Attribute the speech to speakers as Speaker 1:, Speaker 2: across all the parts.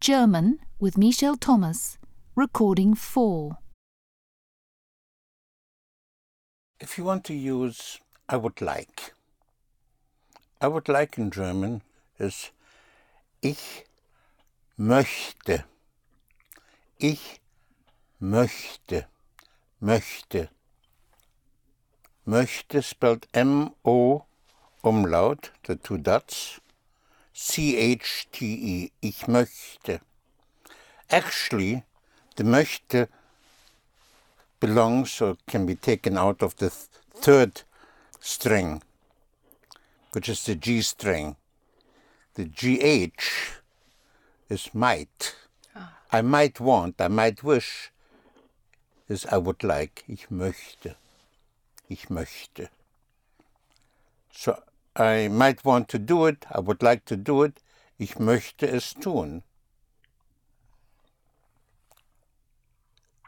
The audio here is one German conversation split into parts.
Speaker 1: German with Michelle Thomas, recording 4.
Speaker 2: If you want to use I would like, I would like in German is ich möchte. Ich möchte. Möchte. Möchte spelled M O umlaut, the two dots. C H T E. Ich möchte. Actually, the möchte belongs or can be taken out of the th- third string, which is the G string. The GH is might. I might want, I might wish, is I would like, ich möchte. Ich möchte. So I might want to do it, I would like to do it, ich möchte es tun.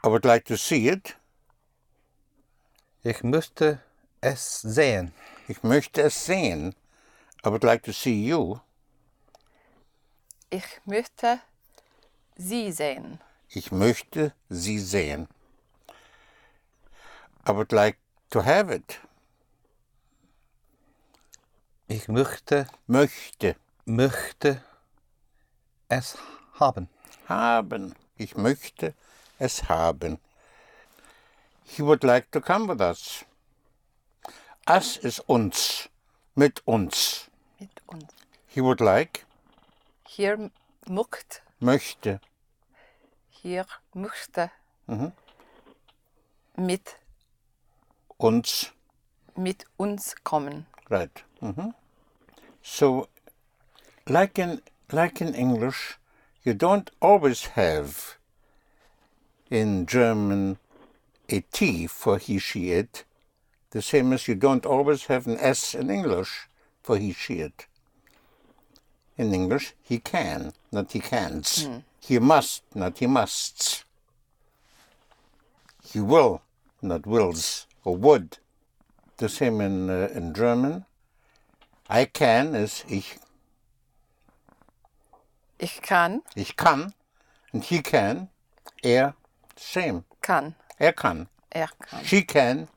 Speaker 2: I would like to see it,
Speaker 3: Ich müsste es sehen.
Speaker 2: ich möchte es sehen. I would like to see you,
Speaker 4: Ich möchte sie sehen.
Speaker 2: ich möchte sie sehen. I would like to have it,
Speaker 3: Ich möchte,
Speaker 2: möchte,
Speaker 3: möchte es haben.
Speaker 2: haben. Ich möchte es haben. He would like to come with us. Us is uns, mit uns.
Speaker 4: Mit uns.
Speaker 2: He would like,
Speaker 4: Hier möchte,
Speaker 2: möchte,
Speaker 4: hier möchte. Mit,
Speaker 2: uns,
Speaker 4: mit uns kommen.
Speaker 2: Right. hmm So, like in like in English, you don't always have in German a T for he, she, it, the same as you don't always have an S in English for he, she, it. In English, he can, not he can't. He must, not he musts. He will, not wills, or would. The same in, uh, in German. I can is ich,
Speaker 4: Ich kann,
Speaker 2: ich kann. And he can, er, same.
Speaker 4: kann,
Speaker 2: Er kann.
Speaker 4: er kann.
Speaker 2: She can,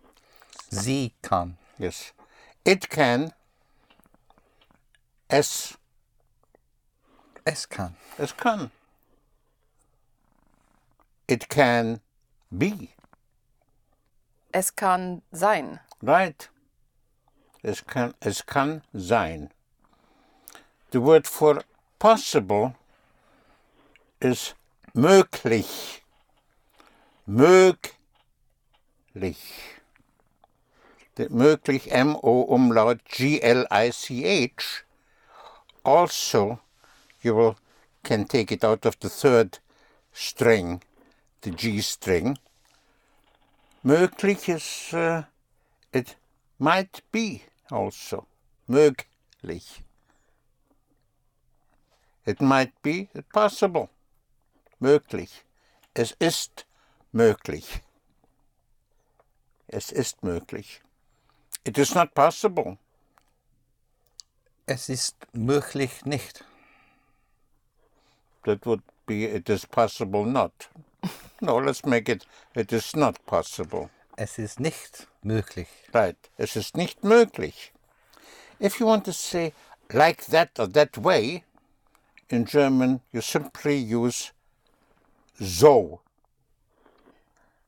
Speaker 3: Sie kann.
Speaker 2: yes. It can, es,
Speaker 3: Es kann.
Speaker 2: es kann. It can be,
Speaker 4: Es kann sein.
Speaker 2: right? Es kann, es kann sein. The word for possible is möglich. Möglich. The möglich M-O umlaut G-L-I-C-H. Also, you will, can take it out of the third string, the G string. Möglich is, uh, it might be also. Möglich. It might be possible. Möglich. Es ist möglich. Es ist möglich. It is not possible.
Speaker 3: Es ist möglich nicht.
Speaker 2: That would be it is possible not. No, let's make it it is not possible.
Speaker 3: Es ist nicht möglich.
Speaker 2: Right. Es ist nicht möglich. If you want to say like that or that way, in German you simply use so.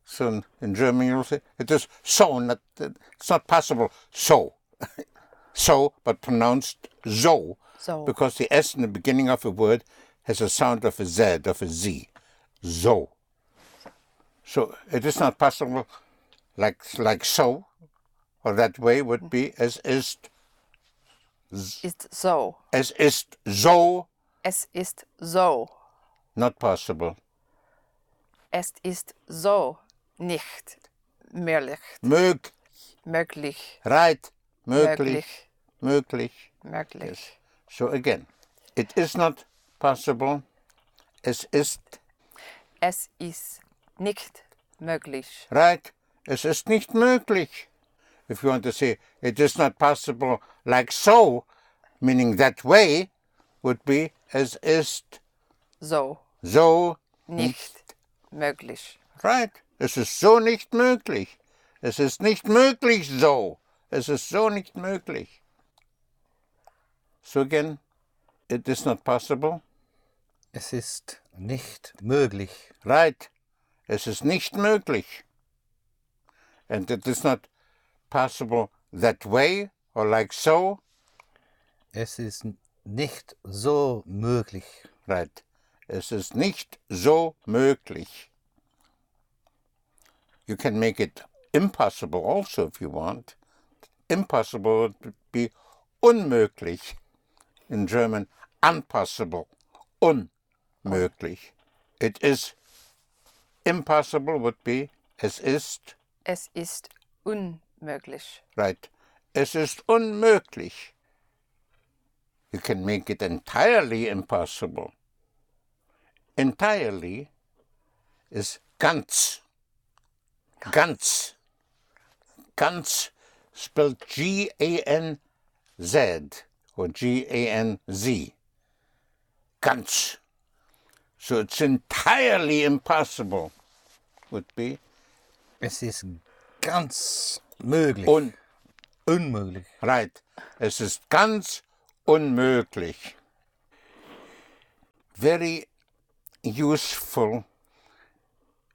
Speaker 2: So in- in German you'll say it is so, not it's not possible so. so, but pronounced so,
Speaker 4: So.
Speaker 2: because the S in the beginning of a word has a sound of a Z, of a Z. So. So it is not possible like like so or that way would be es ist
Speaker 4: Ist so.
Speaker 2: es ist so
Speaker 4: Es ist so.
Speaker 2: not possible.
Speaker 4: Es ist so nicht möglich.
Speaker 2: Mög
Speaker 4: Möglich.
Speaker 2: right möglich möglich.
Speaker 4: Möglich. Möglich.
Speaker 2: So again, it is not possible. Es ist
Speaker 4: Es ist nicht möglich.
Speaker 2: right. Es ist nicht möglich. If you want to say it is not possible like so, meaning that way, would be es ist
Speaker 4: so
Speaker 2: So,
Speaker 4: nicht möglich.
Speaker 2: right. Es ist so nicht möglich. Es ist nicht möglich so. Es ist so nicht möglich. So again, it is not possible.
Speaker 3: Es ist nicht möglich.
Speaker 2: Right. Es ist nicht möglich. And it is not possible that way or like so.
Speaker 3: Es ist nicht so möglich.
Speaker 2: Right. Es ist nicht so möglich. You can make it impossible also if you want. Impossible would be unmöglich. In German, unpossible. Unmöglich. It is impossible would be es ist,
Speaker 4: Es ist unmöglich.
Speaker 2: right? Es ist unmöglich. You can make it entirely impossible. entirely is ganz. Ganz. Ganz spelled G A N Z or G A N Z. Ganz. So it's entirely impossible, would be.
Speaker 3: Es ist ganz möglich.
Speaker 2: Un
Speaker 3: unmöglich.
Speaker 2: Right. Es ist ganz unmöglich. Very useful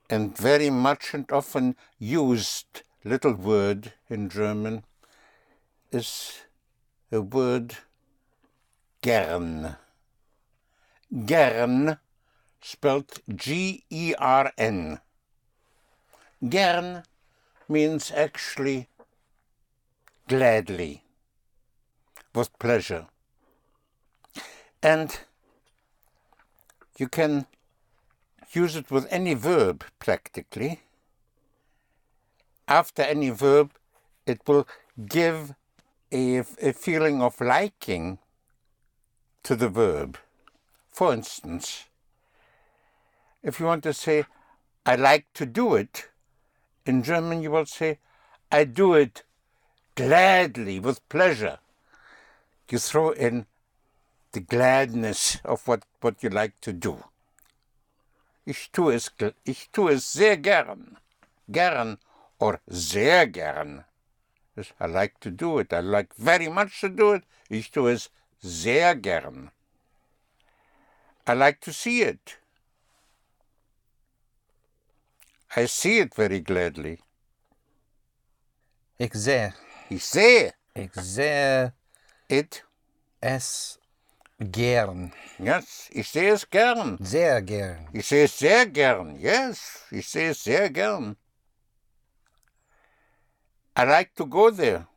Speaker 2: and very much and often used little word in German is the word gern. Gern, spelled G E R N. Gern means actually gladly, with pleasure. And you can use it with any verb practically. After any verb, it will give a, a feeling of liking to the verb. For instance, if you want to say, I like to do it, in German you will say, I do it gladly, with pleasure. You throw in the gladness of what, what you like to do. Ich tue es, gl- ich tue es sehr gern. Gern or sehr gern. Yes, I like to do it. I like very much to do it. Ich tue es sehr gern. I like to see it. I see it very gladly.
Speaker 3: Ich sehe,
Speaker 2: Ich sehe
Speaker 3: ich sehe
Speaker 2: it.
Speaker 3: es gern.
Speaker 2: Yes, ich sehe es gern.
Speaker 3: Sehr gern.
Speaker 2: Ich sehe es sehr gern, yes, ich sehe es sehr gern. I like to go there.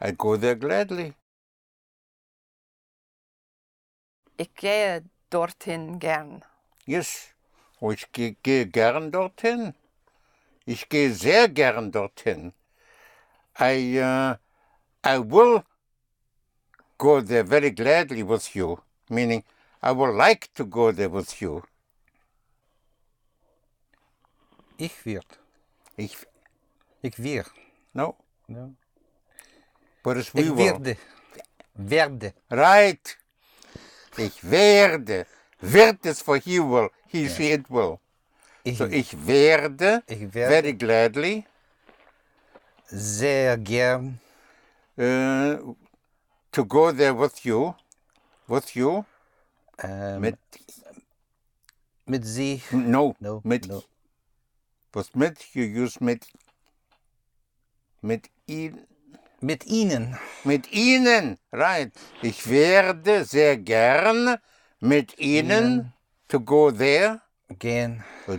Speaker 2: I go there gladly.
Speaker 4: Ich gehe dorthin gern.
Speaker 2: Yes, oh, ich gehe, gehe gern dorthin. Ich gehe sehr gern dorthin. I, uh, I will go there very gladly with you, meaning I would like to go there with you.
Speaker 3: Ich wird.
Speaker 2: Ich,
Speaker 3: Ich wir.
Speaker 2: no,
Speaker 3: Ja.
Speaker 2: what is we
Speaker 3: Ich
Speaker 2: will?
Speaker 3: werde. Werde.
Speaker 2: Right. Ich werde. Wird es for he will. He, she, it will.
Speaker 3: Ich
Speaker 2: So ich werde,
Speaker 3: Ich werde.
Speaker 2: very gladly,
Speaker 3: sehr gern.
Speaker 2: uh, to go there with you, with you,
Speaker 3: Ähm, mit,
Speaker 2: mit,
Speaker 3: sie.
Speaker 2: no,
Speaker 3: No,
Speaker 2: mit,
Speaker 3: no.
Speaker 2: was mit, you use mit, mit ihnen,
Speaker 3: Mit ihnen.
Speaker 2: mit ihnen, right. Ich werde sehr gern mit ihnen to go there.
Speaker 3: Gehen.
Speaker 2: Uh,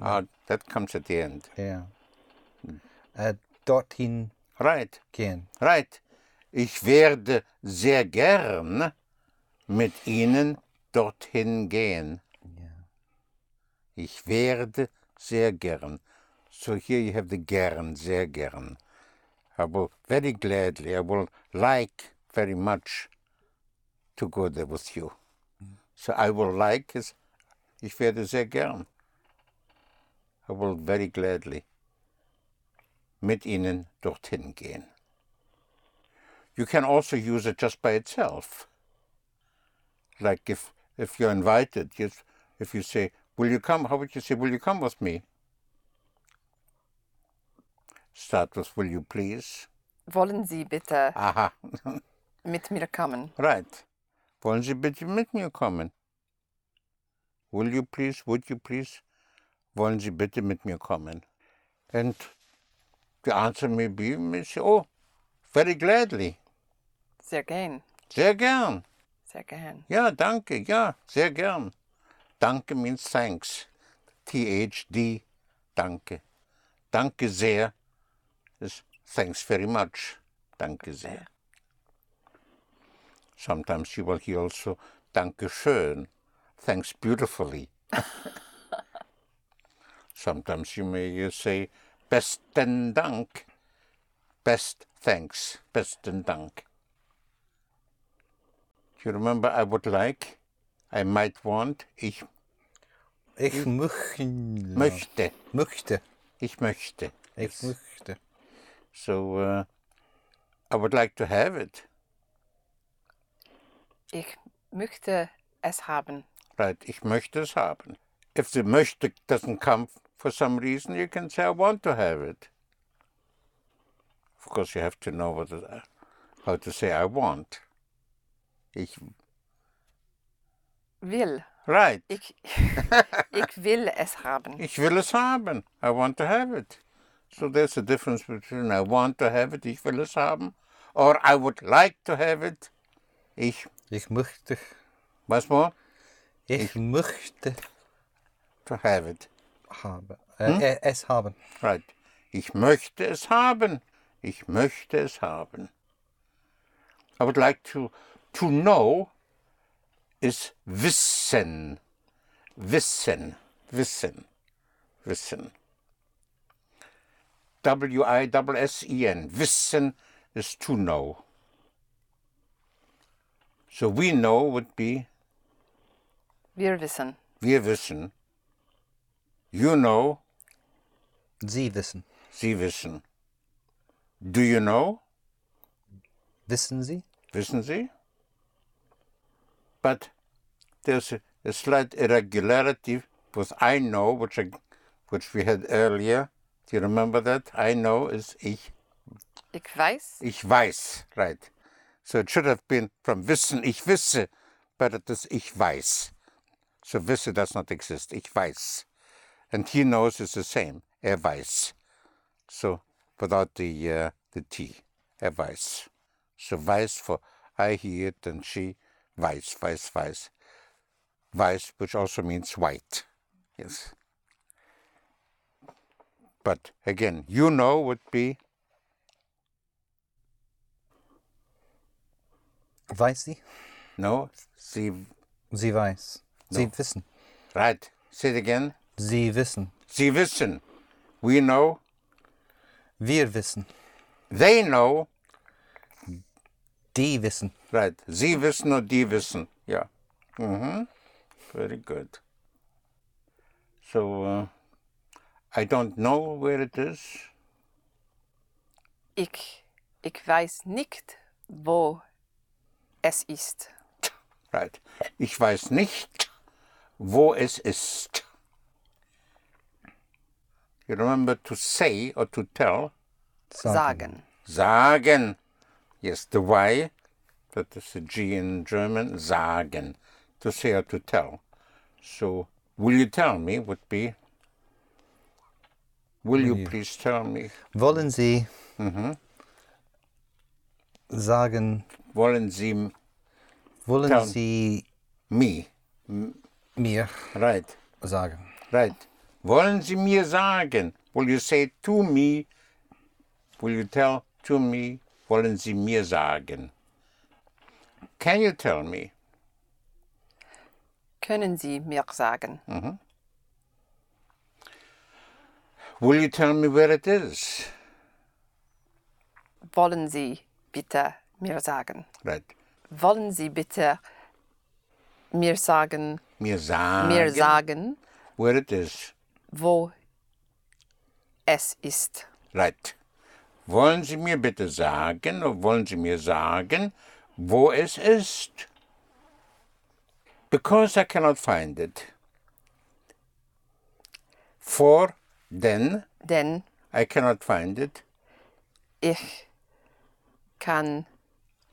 Speaker 2: ah, that comes at the end.
Speaker 3: Ja. Äh, dorthin
Speaker 2: Right.
Speaker 3: gehen.
Speaker 2: Right. Ich werde sehr gern mit Ihnen dorthin gehen. Ich werde sehr gern. So here you have the gern, sehr gern. I will very gladly, I will like very much to go there with you. So I will like is, ich werde sehr gern. I will very gladly mit Ihnen dorthin gehen. You can also use it just by itself. like if if you're invited, yes, if you say, "Will you come?" How would you say, "Will you come with me?" Start with "Will you please?"
Speaker 4: Wollen Sie bitte
Speaker 2: Aha,
Speaker 4: mit mir kommen?
Speaker 2: right. Wollen Sie bitte mit mir kommen? Will you please? Would you please? Wollen Sie bitte mit mir kommen? And the answer may be, you may say, "Oh, very gladly,
Speaker 4: Sehr gern,
Speaker 2: sehr gern."
Speaker 4: sehr gern.
Speaker 2: Ja, danke, ja, sehr gern. Danke means thanks. T-H-D, danke. Danke sehr is thanks very much. Danke sehr. Sometimes you will hear also danke schön, thanks beautifully. Sometimes you may uh, say besten Dank, best thanks, besten Dank. Do you remember I would like, I might want, ich
Speaker 3: Ich möchte.
Speaker 2: möchte,
Speaker 3: Möchte.
Speaker 2: ich möchte.
Speaker 3: Ich möchte.
Speaker 2: So uh, I would like to have it.
Speaker 4: Ich möchte es haben.
Speaker 2: Right, ich möchte es haben. If the möchte doesn't come for some reason, you can say I want to have it. Of course, you have to know what it, how to say I want. Ich,
Speaker 4: Will.
Speaker 2: right,
Speaker 4: Ich, ich will es haben.
Speaker 2: ich will es haben. I want to have it. So there's a difference between I want to have it, ich will es haben, or I would like to have it. Ich,
Speaker 3: Ich möchte.
Speaker 2: was more?
Speaker 3: Ich möchte
Speaker 2: To have it.
Speaker 3: haben. Äh, äh, es haben.
Speaker 2: Right. Ich möchte es haben. Ich möchte es haben. I would like to to know is wissen. Wissen. Wissen. Wissen. W I double S E N. Wissen is to know. So we know would be
Speaker 4: Wir wissen.
Speaker 2: wir wissen. You know
Speaker 3: Sie wissen.
Speaker 2: Sie wissen. Do you know?
Speaker 3: Wissen Sie?
Speaker 2: Wissen Sie? But there's a, a slight irregularity with I know, which, I, which we had earlier. Do you remember that? I know is ich.
Speaker 4: Ich weiß,
Speaker 2: Ich weiß, right. So it should have been from wissen, ich wisse, but it is ich weiß. So wisse does not exist, ich weiß. And he knows is the same, er weiß. So without the, uh, the T, er weiß. So weiß for I, he, it, and she, weiß, weiß, weiß. Weiß, which also means white. Yes. But again, you know would be
Speaker 3: Weiß sie?
Speaker 2: no, sie
Speaker 3: Sie weiß. Sie wissen.
Speaker 2: Right. Say it again.
Speaker 3: Sie wissen.
Speaker 2: Sie wissen. We know.
Speaker 3: Wir wissen.
Speaker 2: They know.
Speaker 3: Die wissen.
Speaker 2: Right. Sie wissen or die wissen. Yeah. Mm-hmm. Very good. So, uh, I don't know where it is.
Speaker 4: ich, ich weiß nicht, wo es ist.
Speaker 2: Right. Ich weiß nicht, wo es ist. You remember to say or to tell?
Speaker 4: Sagen.
Speaker 2: Sagen. Yes, the Y, that is a G in German, sagen, to say or to tell. So, will you tell me would be, will you please tell me?
Speaker 3: Wollen Sie sagen,
Speaker 2: Wollen Sie m-
Speaker 3: wollen
Speaker 2: Tell-
Speaker 3: Sie
Speaker 2: me?
Speaker 3: mir
Speaker 2: Right,
Speaker 3: sagen?
Speaker 2: right. Wollen Sie mir sagen? Will you say to me? Will you tell to me? Wollen Sie mir sagen? Can you tell me?
Speaker 4: Können Sie mir sagen?
Speaker 2: Will you tell me where it is?
Speaker 4: Wollen Sie bitte mir sagen?
Speaker 2: Right.
Speaker 4: Wollen Sie bitte mir sagen,
Speaker 2: Mir sagen.
Speaker 4: mir sagen,
Speaker 2: where it is.
Speaker 4: wo es ist?
Speaker 2: Right. Wollen Sie mir bitte sagen, oder wollen Sie mir sagen, wo es ist? Because I cannot find it. For then
Speaker 4: denn
Speaker 2: I cannot find it.
Speaker 4: ich kann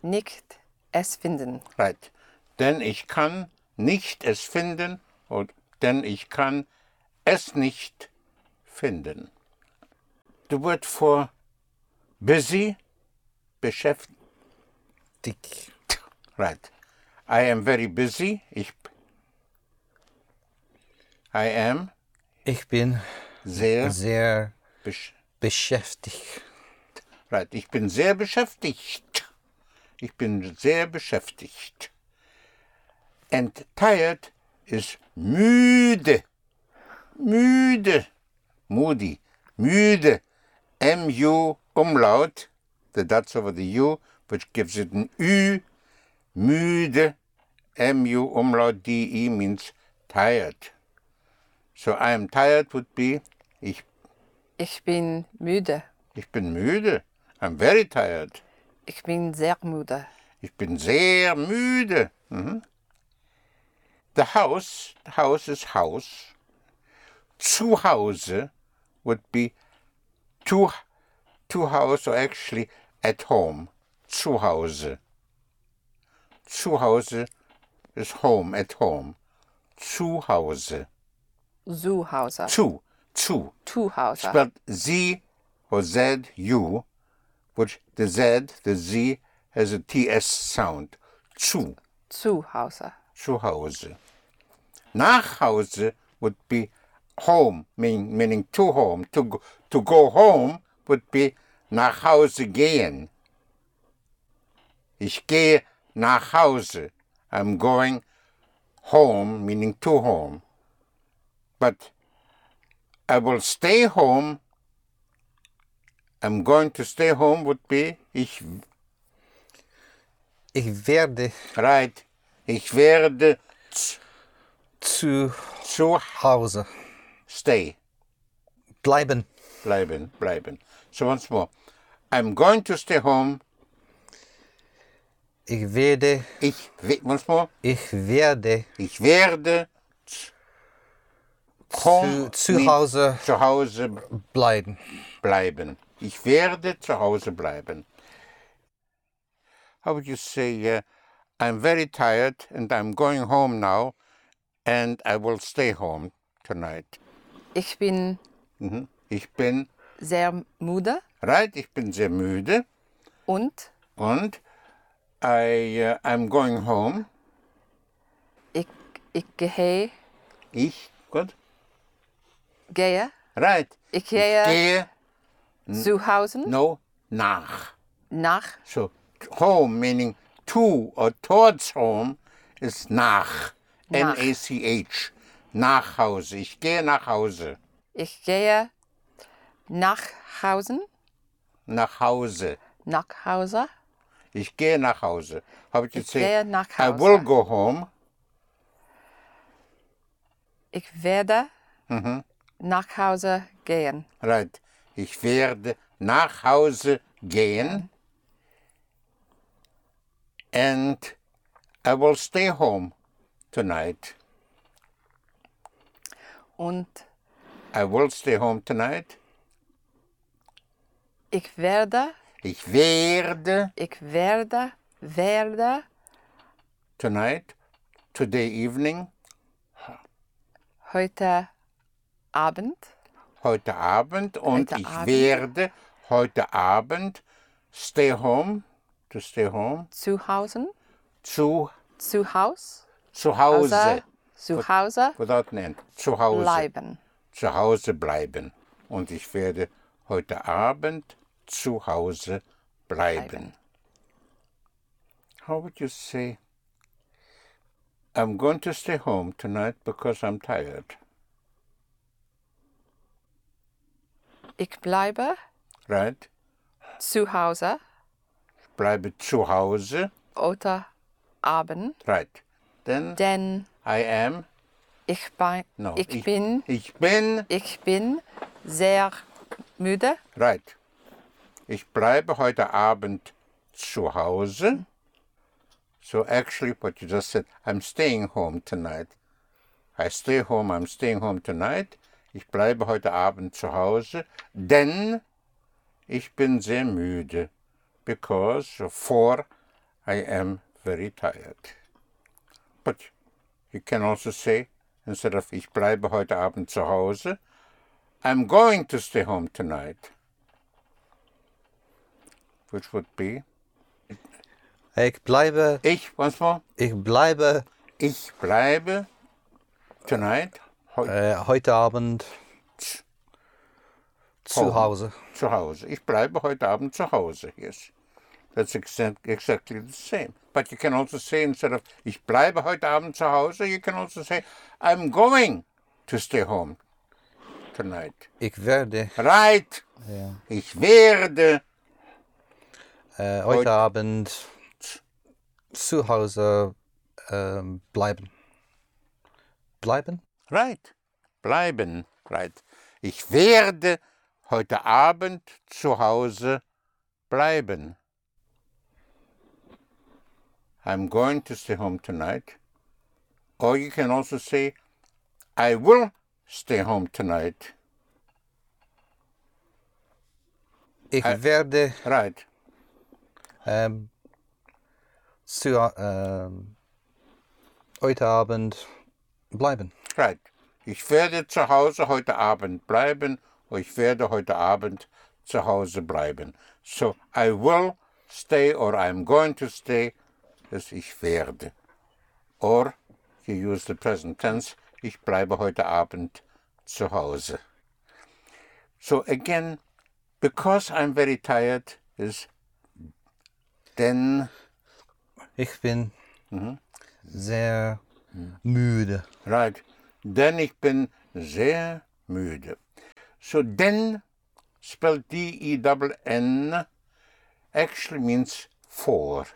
Speaker 4: nicht es finden.
Speaker 2: Right. Denn ich kann nicht es finden und denn ich kann es nicht finden. The word for busy, beschäftigt.
Speaker 3: Dick.
Speaker 2: Right. I am very busy. Ich I am
Speaker 3: Ich bin
Speaker 2: sehr
Speaker 3: sehr
Speaker 2: besch
Speaker 3: beschäftigt.
Speaker 2: Right. Ich bin sehr beschäftigt. Ich bin sehr beschäftigt. And tired is müde. Müde. Moody. Müde. M-U umlaut. The Dutch over the U, which gives it an Ü. Müde. M-U umlaut D-E means tired. So I am tired would be ich,
Speaker 4: Ich bin müde.
Speaker 2: ich bin müde. I'm very tired.
Speaker 4: Ich bin sehr müde.
Speaker 2: Ich bin sehr müde. Mhm. The house, house is house. Zu Hause would be to, to house or actually at home. Zu Hause. Zu Hause is home, at home. Zu Hause.
Speaker 4: Zu Hause.
Speaker 2: Zu, zu.
Speaker 4: Zu Hause.
Speaker 2: Spelled Z or Z U, which the Z, the Z has a TS sound. Zu,
Speaker 4: Zu Hause.
Speaker 2: zu Hause. Nach Hause would be home, mean, meaning to home. To go, to go home would be nach Hause gehen. Ich gehe nach Hause. I'm going home, meaning to home. But I will stay home. I'm going to stay home would be ich
Speaker 3: Ich werde
Speaker 2: right. Ich werde
Speaker 3: zu
Speaker 2: zu
Speaker 3: Hause
Speaker 2: stay
Speaker 3: bleiben.
Speaker 2: bleiben bleiben. So once more. I'm going to stay home.
Speaker 3: Ich werde,
Speaker 2: Ich we- once more.
Speaker 3: ich werde
Speaker 2: Ich werde
Speaker 3: zu,
Speaker 2: home
Speaker 3: zu
Speaker 2: mean-
Speaker 3: Hause
Speaker 2: zu Hause
Speaker 3: bleiben.
Speaker 2: bleiben. Ich werde zu Hause bleiben. How would you say, uh, I'm very tired and I'm going home now and I will stay home tonight.
Speaker 4: Ich bin
Speaker 2: Mhm. Ich bin,
Speaker 4: sehr müde
Speaker 2: right, ich bin sehr müde
Speaker 4: und
Speaker 2: und I, uh, I'm going home.
Speaker 4: ich, ich gehe,
Speaker 2: Ich, gut,
Speaker 4: gehe,
Speaker 2: right.
Speaker 4: ich gehe
Speaker 2: Gehe,
Speaker 4: zu Hause
Speaker 2: no, nach.
Speaker 4: nach
Speaker 2: So home meaning to or towards home is nach.
Speaker 4: Nach.
Speaker 2: N-A-C-H. Nach Hause. Ich gehe nach Hause.
Speaker 4: Ich gehe nach Hause,
Speaker 2: Nach Hause.
Speaker 4: nach Hause.
Speaker 2: Ich gehe nach Hause. How would you
Speaker 4: Ich
Speaker 2: say?
Speaker 4: gehe nach
Speaker 2: I
Speaker 4: Hause.
Speaker 2: will go home.
Speaker 4: Ich werde nach Hause gehen.
Speaker 2: Right. Ich werde nach Hause gehen. And I will stay home tonight.
Speaker 4: Und
Speaker 2: I will stay home tonight.
Speaker 4: ich werde,
Speaker 2: Ich werde
Speaker 4: ich werde, werde
Speaker 2: tonight, today evening,
Speaker 4: heute Abend,
Speaker 2: heute Abend und
Speaker 4: Heute
Speaker 2: ich
Speaker 4: Abend.
Speaker 2: werde heute Abend stay home, to stay home,
Speaker 4: zu Hause,
Speaker 2: zu,
Speaker 4: zu Haus,
Speaker 2: zu Hause,
Speaker 4: Hause, zu Hause
Speaker 2: without an end, zu Hause,
Speaker 4: bleiben.
Speaker 2: zu Hause bleiben. Und ich werde heute Abend zu Hause bleiben. How would you say, I'm going to stay home tonight because I'm tired,
Speaker 4: Ich bleibe
Speaker 2: right?
Speaker 4: zu Hause
Speaker 2: Bleibe zu Hause,
Speaker 4: oder Abend,
Speaker 2: right? Then
Speaker 4: denn
Speaker 2: I am
Speaker 4: ich, bei,
Speaker 2: No,
Speaker 4: ich, bin,
Speaker 2: Ich bin.
Speaker 4: ich bin sehr müde
Speaker 2: Right. Ich bleibe heute Abend zu Hause. So actually, what you just said, I'm staying home tonight. I stay home, I'm staying home tonight. Ich bleibe heute Abend zu Hause, denn ich bin sehr müde. Because, for, I am very tired. But you can also say, instead of ich bleibe heute Abend zu Hause, I'm going to stay home tonight. Which would be,
Speaker 3: Ich bleibe,
Speaker 2: ich, once more,
Speaker 3: ich bleibe
Speaker 2: ich bleibe tonight heu-
Speaker 3: äh, heute Abend zu Hause.
Speaker 2: zu Hause. Ich bleibe heute Abend zu Hause. Yes. That's exa- exactly the same. But you can also say instead of ich bleibe heute Abend zu Hause, you can also say I'm going to stay home tonight.
Speaker 3: Ich werde
Speaker 2: Right?
Speaker 3: Ja.
Speaker 2: Ich werde
Speaker 3: äh, heute,
Speaker 2: Heute-
Speaker 3: Abend zu Hause ähm, bleiben. Bleiben?
Speaker 2: Right. Bleiben. Right. Ich werde heute Abend zu Hause bleiben. I'm going to stay home tonight. Or you can also say, I will stay home tonight.
Speaker 3: Ich
Speaker 2: Äh.
Speaker 3: werde
Speaker 2: Right.
Speaker 3: ähm, zu, ähm, heute Abend bleiben.
Speaker 2: Right. Ich werde zu Hause heute Abend bleiben. Or ich werde heute Abend zu Hause bleiben. So, I will stay or I'm going to stay is ich werde. Or, you use the present tense, ich bleibe heute Abend zu Hause. So again, because I'm very tired is denn,
Speaker 3: Ich bin sehr müde.
Speaker 2: right, denn ich bin sehr müde. So denn spelled D-E-N-N E actually means for.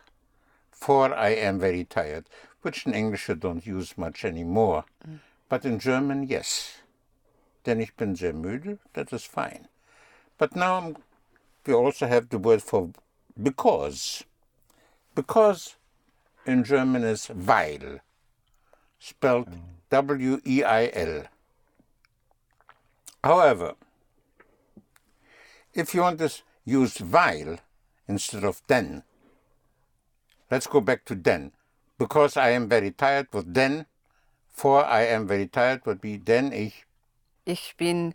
Speaker 2: For I am very tired, which in English I don't use much anymore. But in German, yes. Denn ich bin sehr müde, that is fine. But now I'm, we also have the word for because. Because in German is weil, spelled W E I L. However, if you want to s- use weil instead of then, let's go back to then. Because I am very tired with then, for I am very tired would be then ich
Speaker 4: Ich bin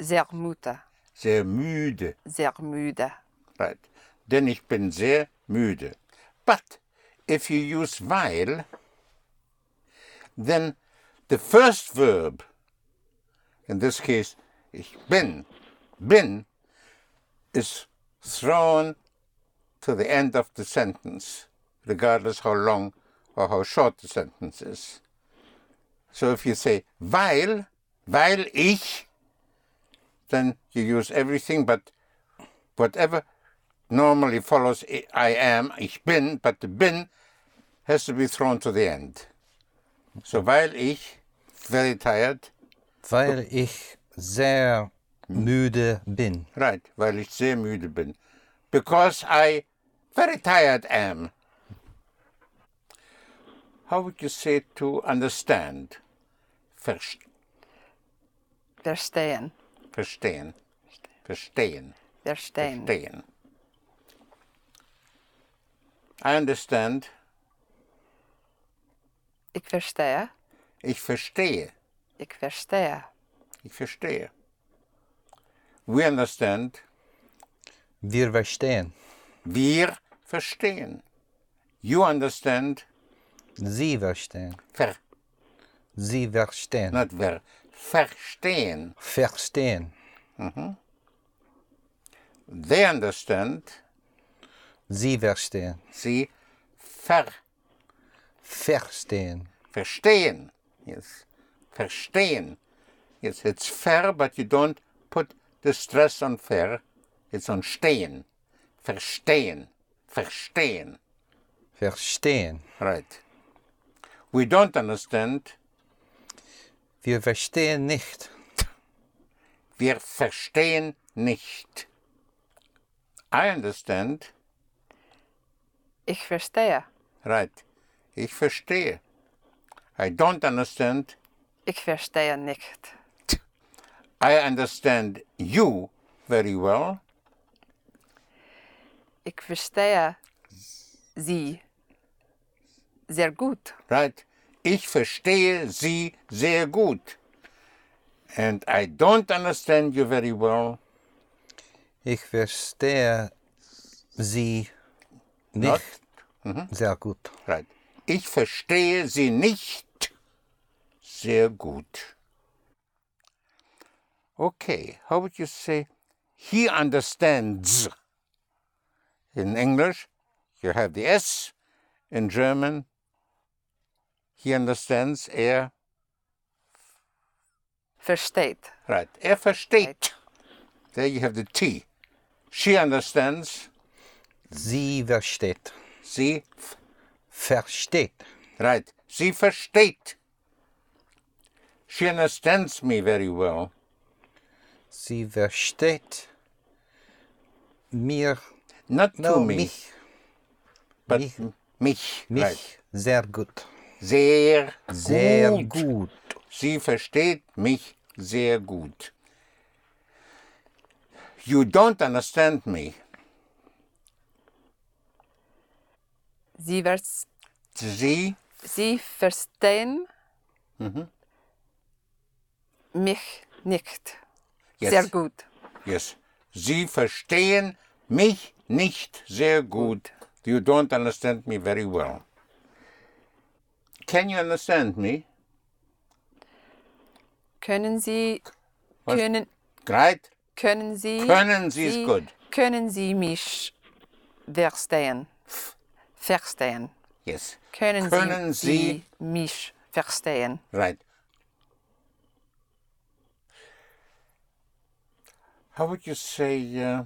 Speaker 4: sehr müde.
Speaker 2: sehr müde.
Speaker 4: Sehr müde.
Speaker 2: Right. Denn ich bin sehr müde. But if you use weil, then the first verb, in this case, ich bin, bin, is thrown to the end of the sentence, regardless how long or how short the sentence is. So if you say weil, weil ich, then you use everything but whatever normally follows I I am, ich bin, but the bin has to be thrown to the end. So, weil ich very tired,
Speaker 3: Weil ich sehr müde bin.
Speaker 2: right, weil ich sehr müde bin. Because I very tired am. How would you say to understand? Vers
Speaker 4: Verstehen.
Speaker 2: verstehen. Verstehen.
Speaker 4: Verstehen.
Speaker 2: Verstehen. I understand.
Speaker 4: Ich verstehe.
Speaker 2: Ich verstehe.
Speaker 4: Ich verstehe.
Speaker 2: Ich verstehe. We understand.
Speaker 3: Wir verstehen.
Speaker 2: Wir verstehen. You understand.
Speaker 3: Sie verstehen.
Speaker 2: Ver,
Speaker 3: Sie verstehen.
Speaker 2: not ver. Verstehen.
Speaker 3: Verstehen.
Speaker 2: They understand.
Speaker 3: Sie verstehen.
Speaker 2: Sie ver,
Speaker 3: Verstehen.
Speaker 2: verstehen. Yes. Verstehen. Yes, it's fair, but you don't put the stress on fair. It's on stehen. Verstehen. Verstehen.
Speaker 3: Verstehen.
Speaker 2: Right. We don't understand.
Speaker 3: Wir verstehen nicht.
Speaker 2: Wir verstehen nicht. I understand.
Speaker 4: Ich verstehe.
Speaker 2: Right. Ich verstehe. I don't understand.
Speaker 4: Ik verstehe nicht.
Speaker 2: I understand you very well.
Speaker 4: Ik verstehe sie sehr gut.
Speaker 2: Right? Ich verstehe Sie sehr gut. And I don't understand you very well.
Speaker 3: Ich verstehe Sie
Speaker 2: Not- Mhm.
Speaker 3: nicht sehr gut.
Speaker 2: Right. Ich verstehe Sie nicht sehr gut. Okay, how would you say he understands? In English, you have the S. In German, he understands, er,
Speaker 4: Versteht.
Speaker 2: right, er versteht. There you have the T. She understands,
Speaker 3: Sie versteht.
Speaker 2: sie f-
Speaker 3: Versteht.
Speaker 2: Right. Sie versteht. She understands me very well.
Speaker 3: Sie versteht mir,
Speaker 2: Not
Speaker 3: no,
Speaker 2: to me,
Speaker 3: mich,
Speaker 2: but
Speaker 3: mich.
Speaker 2: m- mich.
Speaker 3: mich
Speaker 2: Right.
Speaker 3: sehr gut.
Speaker 2: Sehr,
Speaker 3: Sehr
Speaker 2: gut.
Speaker 3: gut.
Speaker 2: Sie versteht mich sehr gut. You don't understand me.
Speaker 4: Sie, vers
Speaker 2: Sie,
Speaker 4: sie verstehen mich nicht.
Speaker 2: yes,
Speaker 4: Sehr gut.
Speaker 2: yes. Sie verstehen mich nicht sehr gut. You don't understand me very well. Can you understand me?
Speaker 4: Können Sie,
Speaker 2: Was?
Speaker 4: können,
Speaker 2: Right?
Speaker 4: können Sie,
Speaker 2: Können Sie ist gut.
Speaker 4: Können Sie mich verstehen? Verstehen.
Speaker 2: Yes.
Speaker 4: Können,
Speaker 2: Können Sie-
Speaker 4: mich verstehen?
Speaker 2: Right. How would you say, uh,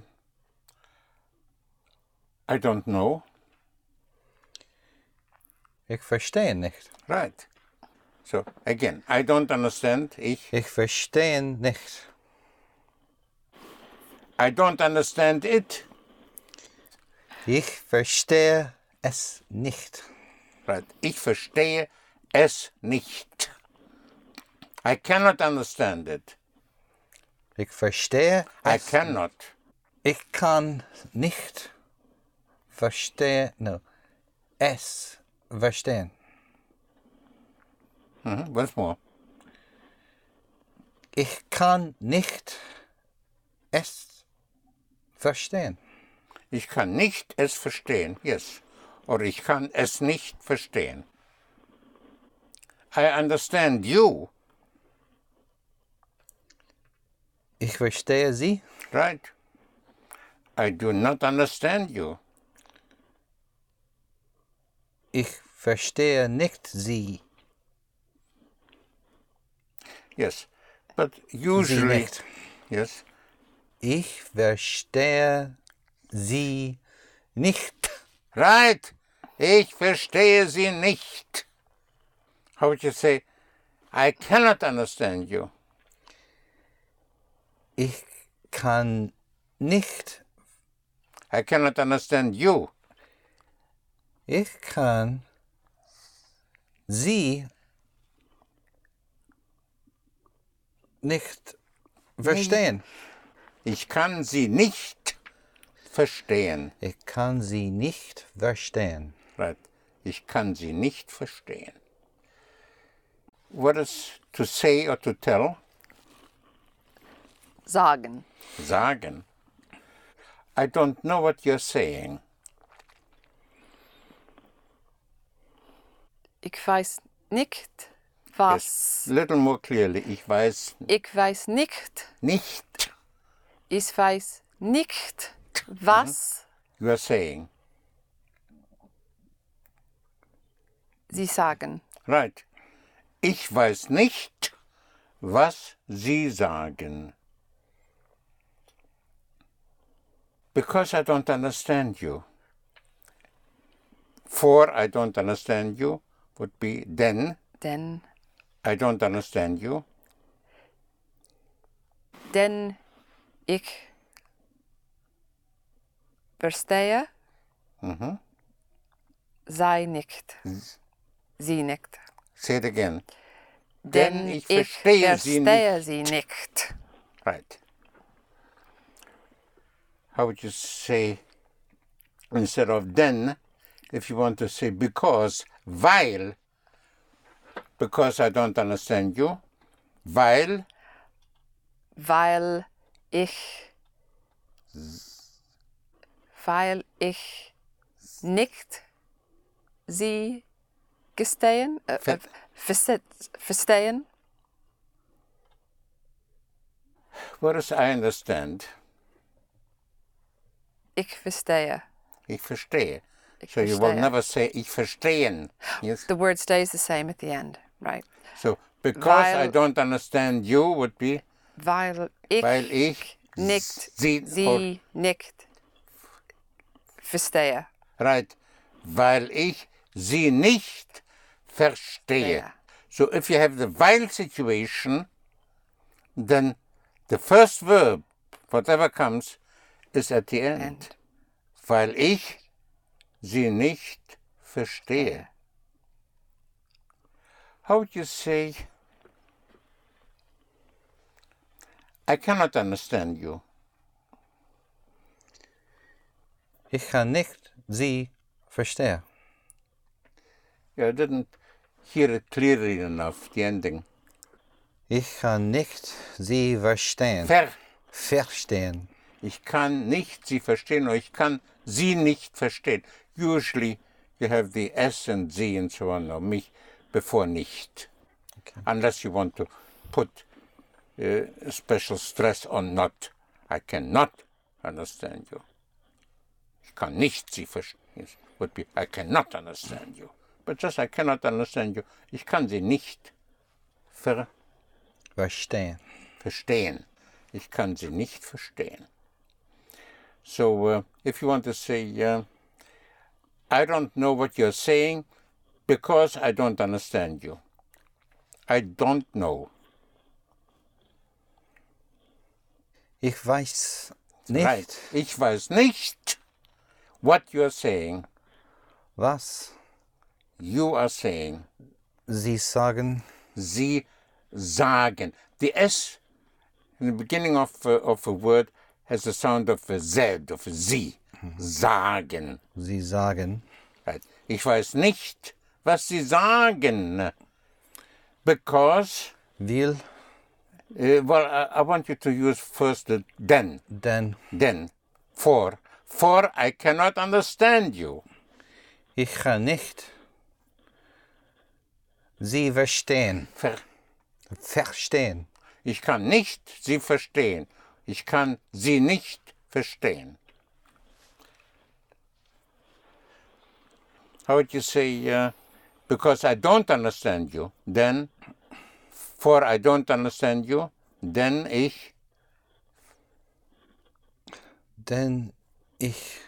Speaker 2: I don't know?
Speaker 3: Ich verstehe nicht.
Speaker 2: Right. So again, I don't understand. Ich.
Speaker 3: Ich verstehe nicht.
Speaker 2: I don't understand it.
Speaker 3: Ich verstehe es nicht.
Speaker 2: Right. Ich verstehe es nicht. I cannot understand it.
Speaker 3: Ich verstehe
Speaker 2: I
Speaker 3: es.
Speaker 2: cannot.
Speaker 3: Ich kann nicht verstehen. No. Es verstehen.
Speaker 2: Mhm, Once more.
Speaker 3: Ich kann nicht es verstehen.
Speaker 2: Ich kann nicht es verstehen. Yes. Oder ich kann es nicht verstehen. I understand you,
Speaker 3: Ich verstehe sie.
Speaker 2: right? I do not understand you.
Speaker 3: Ich verstehe nicht sie.
Speaker 2: Yes. But
Speaker 3: Sie
Speaker 2: usually
Speaker 3: nicht.
Speaker 2: yes.
Speaker 3: Ich verstehe sie nicht.
Speaker 2: Right. Ich verstehe sie nicht. How would you say I cannot understand you?
Speaker 3: Ich kann nicht.
Speaker 2: I cannot understand you.
Speaker 3: Ich kann sie nicht verstehen.
Speaker 2: Ich kann sie nicht verstehen.
Speaker 3: Ich kann sie nicht verstehen.
Speaker 2: Right. Ich kann sie nicht verstehen. What is to say or to tell?
Speaker 4: Sagen.
Speaker 2: Sagen. I don't know what you're saying.
Speaker 4: Ich weiß nicht, was.
Speaker 2: Little more clearly. Ich weiß
Speaker 4: Ich weiß nicht.
Speaker 2: nicht,
Speaker 4: Ich weiß nicht, was
Speaker 2: you are saying. Mhm.
Speaker 4: Sie sagen.
Speaker 2: Right. Ich weiß nicht, was Sie sagen. Because I don't understand you. For I don't understand you would be then
Speaker 4: Denn,
Speaker 2: I don't understand you.
Speaker 4: denn ich
Speaker 2: Mhm.
Speaker 4: verstehe sei nicht. Sie nicht.
Speaker 2: Say it again.
Speaker 4: Denn ich verstehe sie nicht. nicht.
Speaker 2: Right. How would you say instead of then, if you want to say because, weil, because I don't understand you, weil
Speaker 4: Weil ich. Weil ich nicht sie gestehen. Äh, äh, verse- verstehen.
Speaker 2: What is I understand?
Speaker 4: Ich verstehe.
Speaker 2: Ich verstehe.
Speaker 4: Ich
Speaker 2: so you will
Speaker 4: verstehe.
Speaker 2: never say ich verstehen. Yes.
Speaker 4: The word stays the same at the end, right?
Speaker 2: So because I
Speaker 4: Weil-
Speaker 2: don't understand you would be
Speaker 4: Weil ich,
Speaker 2: Weil ich
Speaker 4: nicht
Speaker 2: sie-
Speaker 4: sie nicht verstehe.
Speaker 2: right, weil ich sie nicht verstehe.
Speaker 4: Verstehe.
Speaker 2: So if you have the weil situation, then the first verb, whatever comes, is at the end.
Speaker 4: And
Speaker 2: Weil ich sie nicht verstehe. How would you say, I cannot understand you.
Speaker 3: Ich kann nicht sie verstehen.
Speaker 2: Yeah, I didn't hear it clearly enough, the ending.
Speaker 3: Ich kann nicht sie verstehen.
Speaker 2: Ver.
Speaker 3: verstehen.
Speaker 2: Ich kann nicht sie verstehen or ich kann sie nicht verstehen. Usually you have the S and sie and so on or mich before nicht. Unless you want to put uh, special stress on not. I cannot understand you. Ich kann nicht sie verstehen. Yes, would be I cannot understand you. But just I cannot understand you. Ich kann sie nicht ver
Speaker 3: Verstehen.
Speaker 2: verstehen. Ich kann sie nicht verstehen. So, uh, if you want to say, uh, I don't know what you're saying because I don't understand you. I don't know.
Speaker 3: Ich weiß nicht,
Speaker 2: Right. Ich weiß nicht, what you're saying,
Speaker 3: was
Speaker 2: you are saying,
Speaker 3: sie sagen.
Speaker 2: sie sagen. The S in the beginning of, uh, of a word has the sound of a Z, of a Z. Sagen.
Speaker 3: Sie sagen.
Speaker 2: Right. Ich weiß nicht, was Sie sagen. Because,
Speaker 3: Will
Speaker 2: uh, well, I, I want you to use first the then,
Speaker 3: denn
Speaker 2: then, for. For I cannot understand you.
Speaker 3: ich kann nicht sie verstehen.
Speaker 2: Ver
Speaker 3: Verstehen.
Speaker 2: ich kann nicht Sie verstehen. Ich kann Sie nicht verstehen. How would you say, uh, because I don't understand you, then, for I don't understand you, then ich
Speaker 3: Denn ich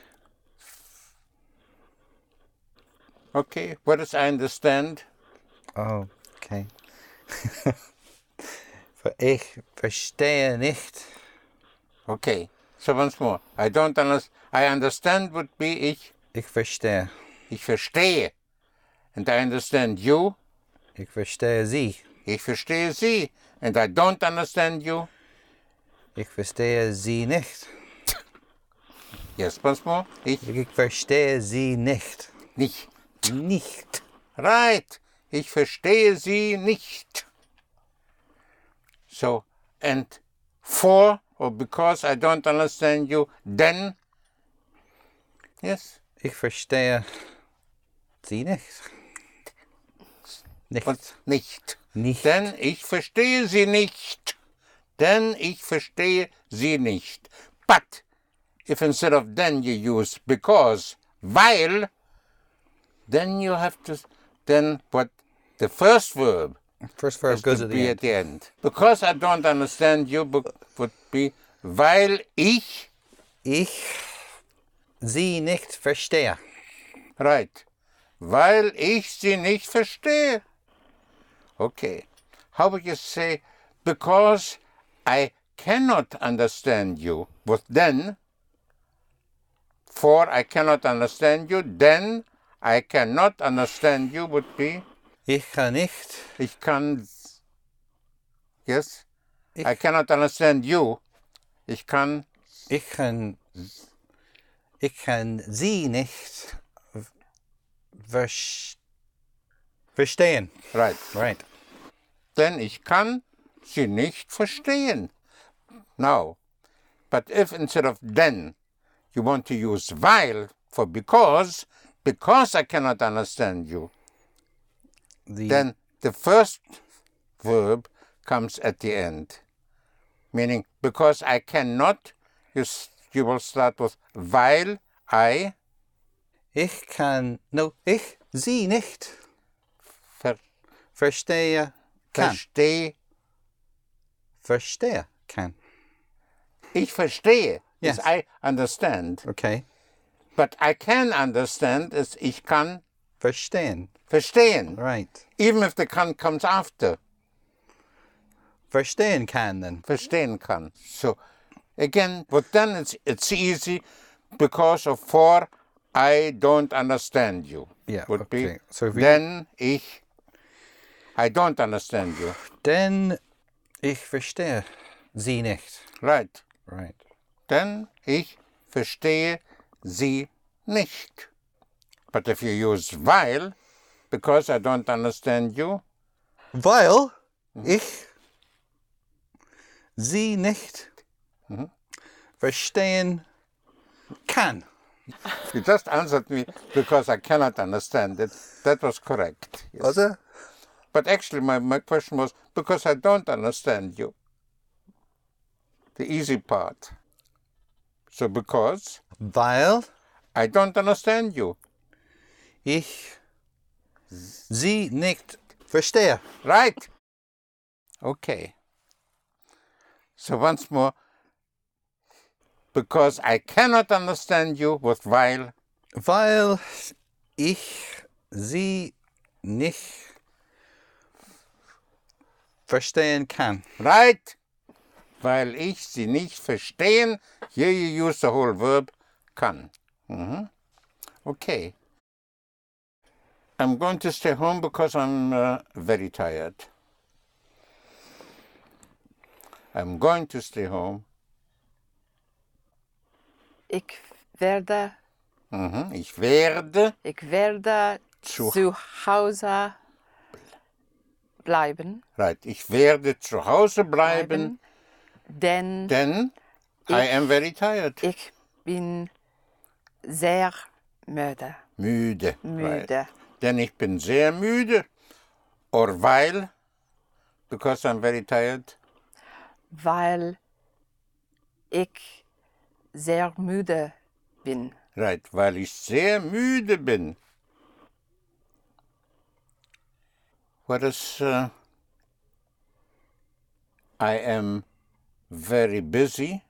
Speaker 2: Okay, what does I understand?
Speaker 3: Oh, okay. ich verstehe nicht.
Speaker 2: Okay, so once more. I don't understand. I understand would be ich,
Speaker 3: Ich verstehe.
Speaker 2: ich verstehe. And I understand you,
Speaker 3: Ich verstehe sie.
Speaker 2: ich verstehe sie. And I don't understand you.
Speaker 3: Ich verstehe sie nicht.
Speaker 2: Yes, once more. Ich
Speaker 3: Ich verstehe sie nicht.
Speaker 2: nicht.
Speaker 3: Nicht.
Speaker 2: Right, ich verstehe sie nicht. So, and for or because I don't understand you, then. Yes,
Speaker 3: Ich verstehe sie nicht. Nicht.
Speaker 2: und nicht.
Speaker 3: nicht.
Speaker 2: Denn ich verstehe sie nicht. Denn ich verstehe sie nicht. But if instead of then you use because, weil, then you have to, then what the first verb
Speaker 3: First verb goes
Speaker 2: would
Speaker 3: at
Speaker 2: be
Speaker 3: the
Speaker 2: at
Speaker 3: end.
Speaker 2: the end. Because I don't understand you bu- would be weil ich,
Speaker 3: Ich sie nicht verstehe.
Speaker 2: right, weil ich sie nicht verstehe. Okay. How would you say, because I cannot understand you? But then, for I cannot understand you, then I cannot understand you would be
Speaker 3: Ich kann nicht.
Speaker 2: ich kann yes
Speaker 3: Ich-
Speaker 2: I cannot understand you ich kann
Speaker 3: Ich kann. Ich kann sie nicht vers verstehen.
Speaker 2: right
Speaker 3: Right.
Speaker 2: denn ich kann sie nicht verstehen now but if instead of then you want to use weil for because because I cannot understand you
Speaker 3: The,
Speaker 2: then the first verb comes at the end, meaning because I cannot. You s- you will start with weil I
Speaker 3: ich kann. No, ich sie nicht
Speaker 2: ver
Speaker 3: verstehe. Kann.
Speaker 2: verstehe.
Speaker 3: Verstehe. Kann.
Speaker 2: Ich verstehe.
Speaker 3: Yes.
Speaker 2: Is I understand.
Speaker 3: Okay.
Speaker 2: But I can understand is ich kann
Speaker 3: Verstehen.
Speaker 2: verstehen.
Speaker 3: Right.
Speaker 2: Even if the kann comes after
Speaker 3: Verstehen kann then.
Speaker 2: verstehen kann. So again, but then it's it's easy because of for I don't understand you.
Speaker 3: Yeah,
Speaker 2: would
Speaker 3: okay.
Speaker 2: be
Speaker 3: So if we-
Speaker 2: then ich I don't understand you.
Speaker 3: Denn ich verstehe sie nicht.
Speaker 2: Right.
Speaker 3: Right.
Speaker 2: Then ich verstehe sie nicht. But if you use weil because I don't understand you,
Speaker 3: Weil ich sie nicht verstehen kann.
Speaker 2: you just answered me because I cannot understand it. That was correct. Yes.
Speaker 3: Oder?
Speaker 2: But actually, my, my question was because I don't understand you. The easy part. So, because
Speaker 3: Weil
Speaker 2: I don't understand you.
Speaker 3: ich sie nicht verstehe.
Speaker 2: Right? Okay. So, once more, because I cannot understand you with while.
Speaker 3: Weil ich sie nicht verstehen kann.
Speaker 2: Right? Weil ich sie nicht verstehen. Here you use the whole verb kann. Mhm. Okay. I'm going to stay home because I'm uh, very tired. I'm going to stay home.
Speaker 4: Ik werde,
Speaker 2: Mhm. Ich werde
Speaker 4: ik werde
Speaker 2: Zu-
Speaker 4: zu Hause bleiben.
Speaker 2: right, ich werde zu Hause bleiben,
Speaker 4: Denn
Speaker 2: denn I am very tired.
Speaker 4: ich bin sehr müde.
Speaker 2: Müde. Right.
Speaker 4: Müde.
Speaker 2: denn ich bin sehr müde. Or weil, because I'm very tired.
Speaker 4: Weil ich sehr müde bin.
Speaker 2: Right, weil ich sehr müde bin. What is uh, I am very busy.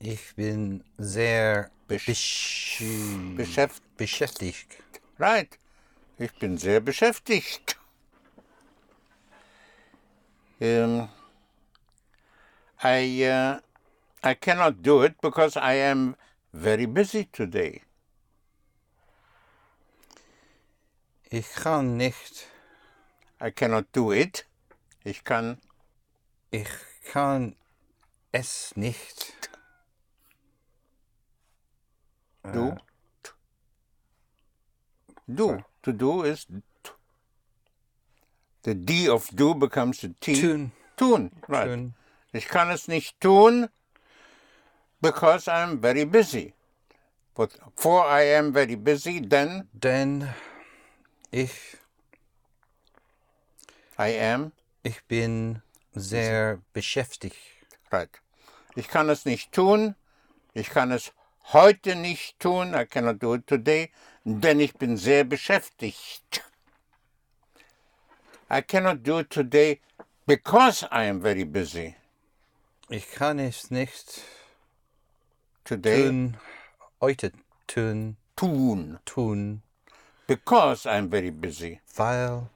Speaker 3: Ich bin sehr
Speaker 2: Besch-
Speaker 3: besch-
Speaker 2: Beschäft
Speaker 3: beschäftigt.
Speaker 2: right, ich bin sehr beschäftigt. Um, I uh, I cannot do it because I am very busy today.
Speaker 3: Ich kann nicht.
Speaker 2: I cannot do it. Ich kann
Speaker 3: Ich kann es nicht. Uh-huh.
Speaker 2: do. t- Do. To do is t- the D of do becomes a T.
Speaker 3: Tun.
Speaker 2: Tun. Right.
Speaker 3: Tun.
Speaker 2: Ich kann es nicht tun because I'm very busy. But for I am very busy, then
Speaker 3: Denn ich,
Speaker 2: I am
Speaker 3: ich bin sehr beschäftigt.
Speaker 2: right. Ich kann es nicht tun. Ich kann es heute nicht tun. I cannot do it today, denn ich bin sehr beschäftigt. I cannot do it today because I am very busy.
Speaker 3: Ich kann es nicht
Speaker 2: Today
Speaker 3: tun. Heute tun.
Speaker 2: tun
Speaker 3: Tun.
Speaker 2: because I'm very busy.
Speaker 3: Weil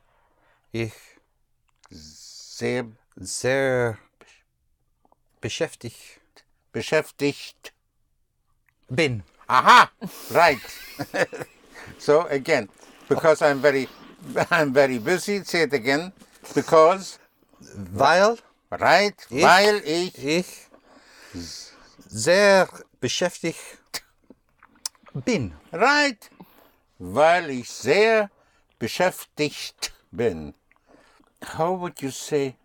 Speaker 3: ich
Speaker 2: Sehr
Speaker 3: sehr beschäftigt
Speaker 2: beschäftigt
Speaker 3: bin.
Speaker 2: Aha, right. so again, because I'm very, I'm very busy. Say it again. Because
Speaker 3: Weil
Speaker 2: right,
Speaker 3: Ich-
Speaker 2: weil ich
Speaker 3: ich sehr beschäftigt bin.
Speaker 2: right, weil ich sehr beschäftigt bin. How would you say?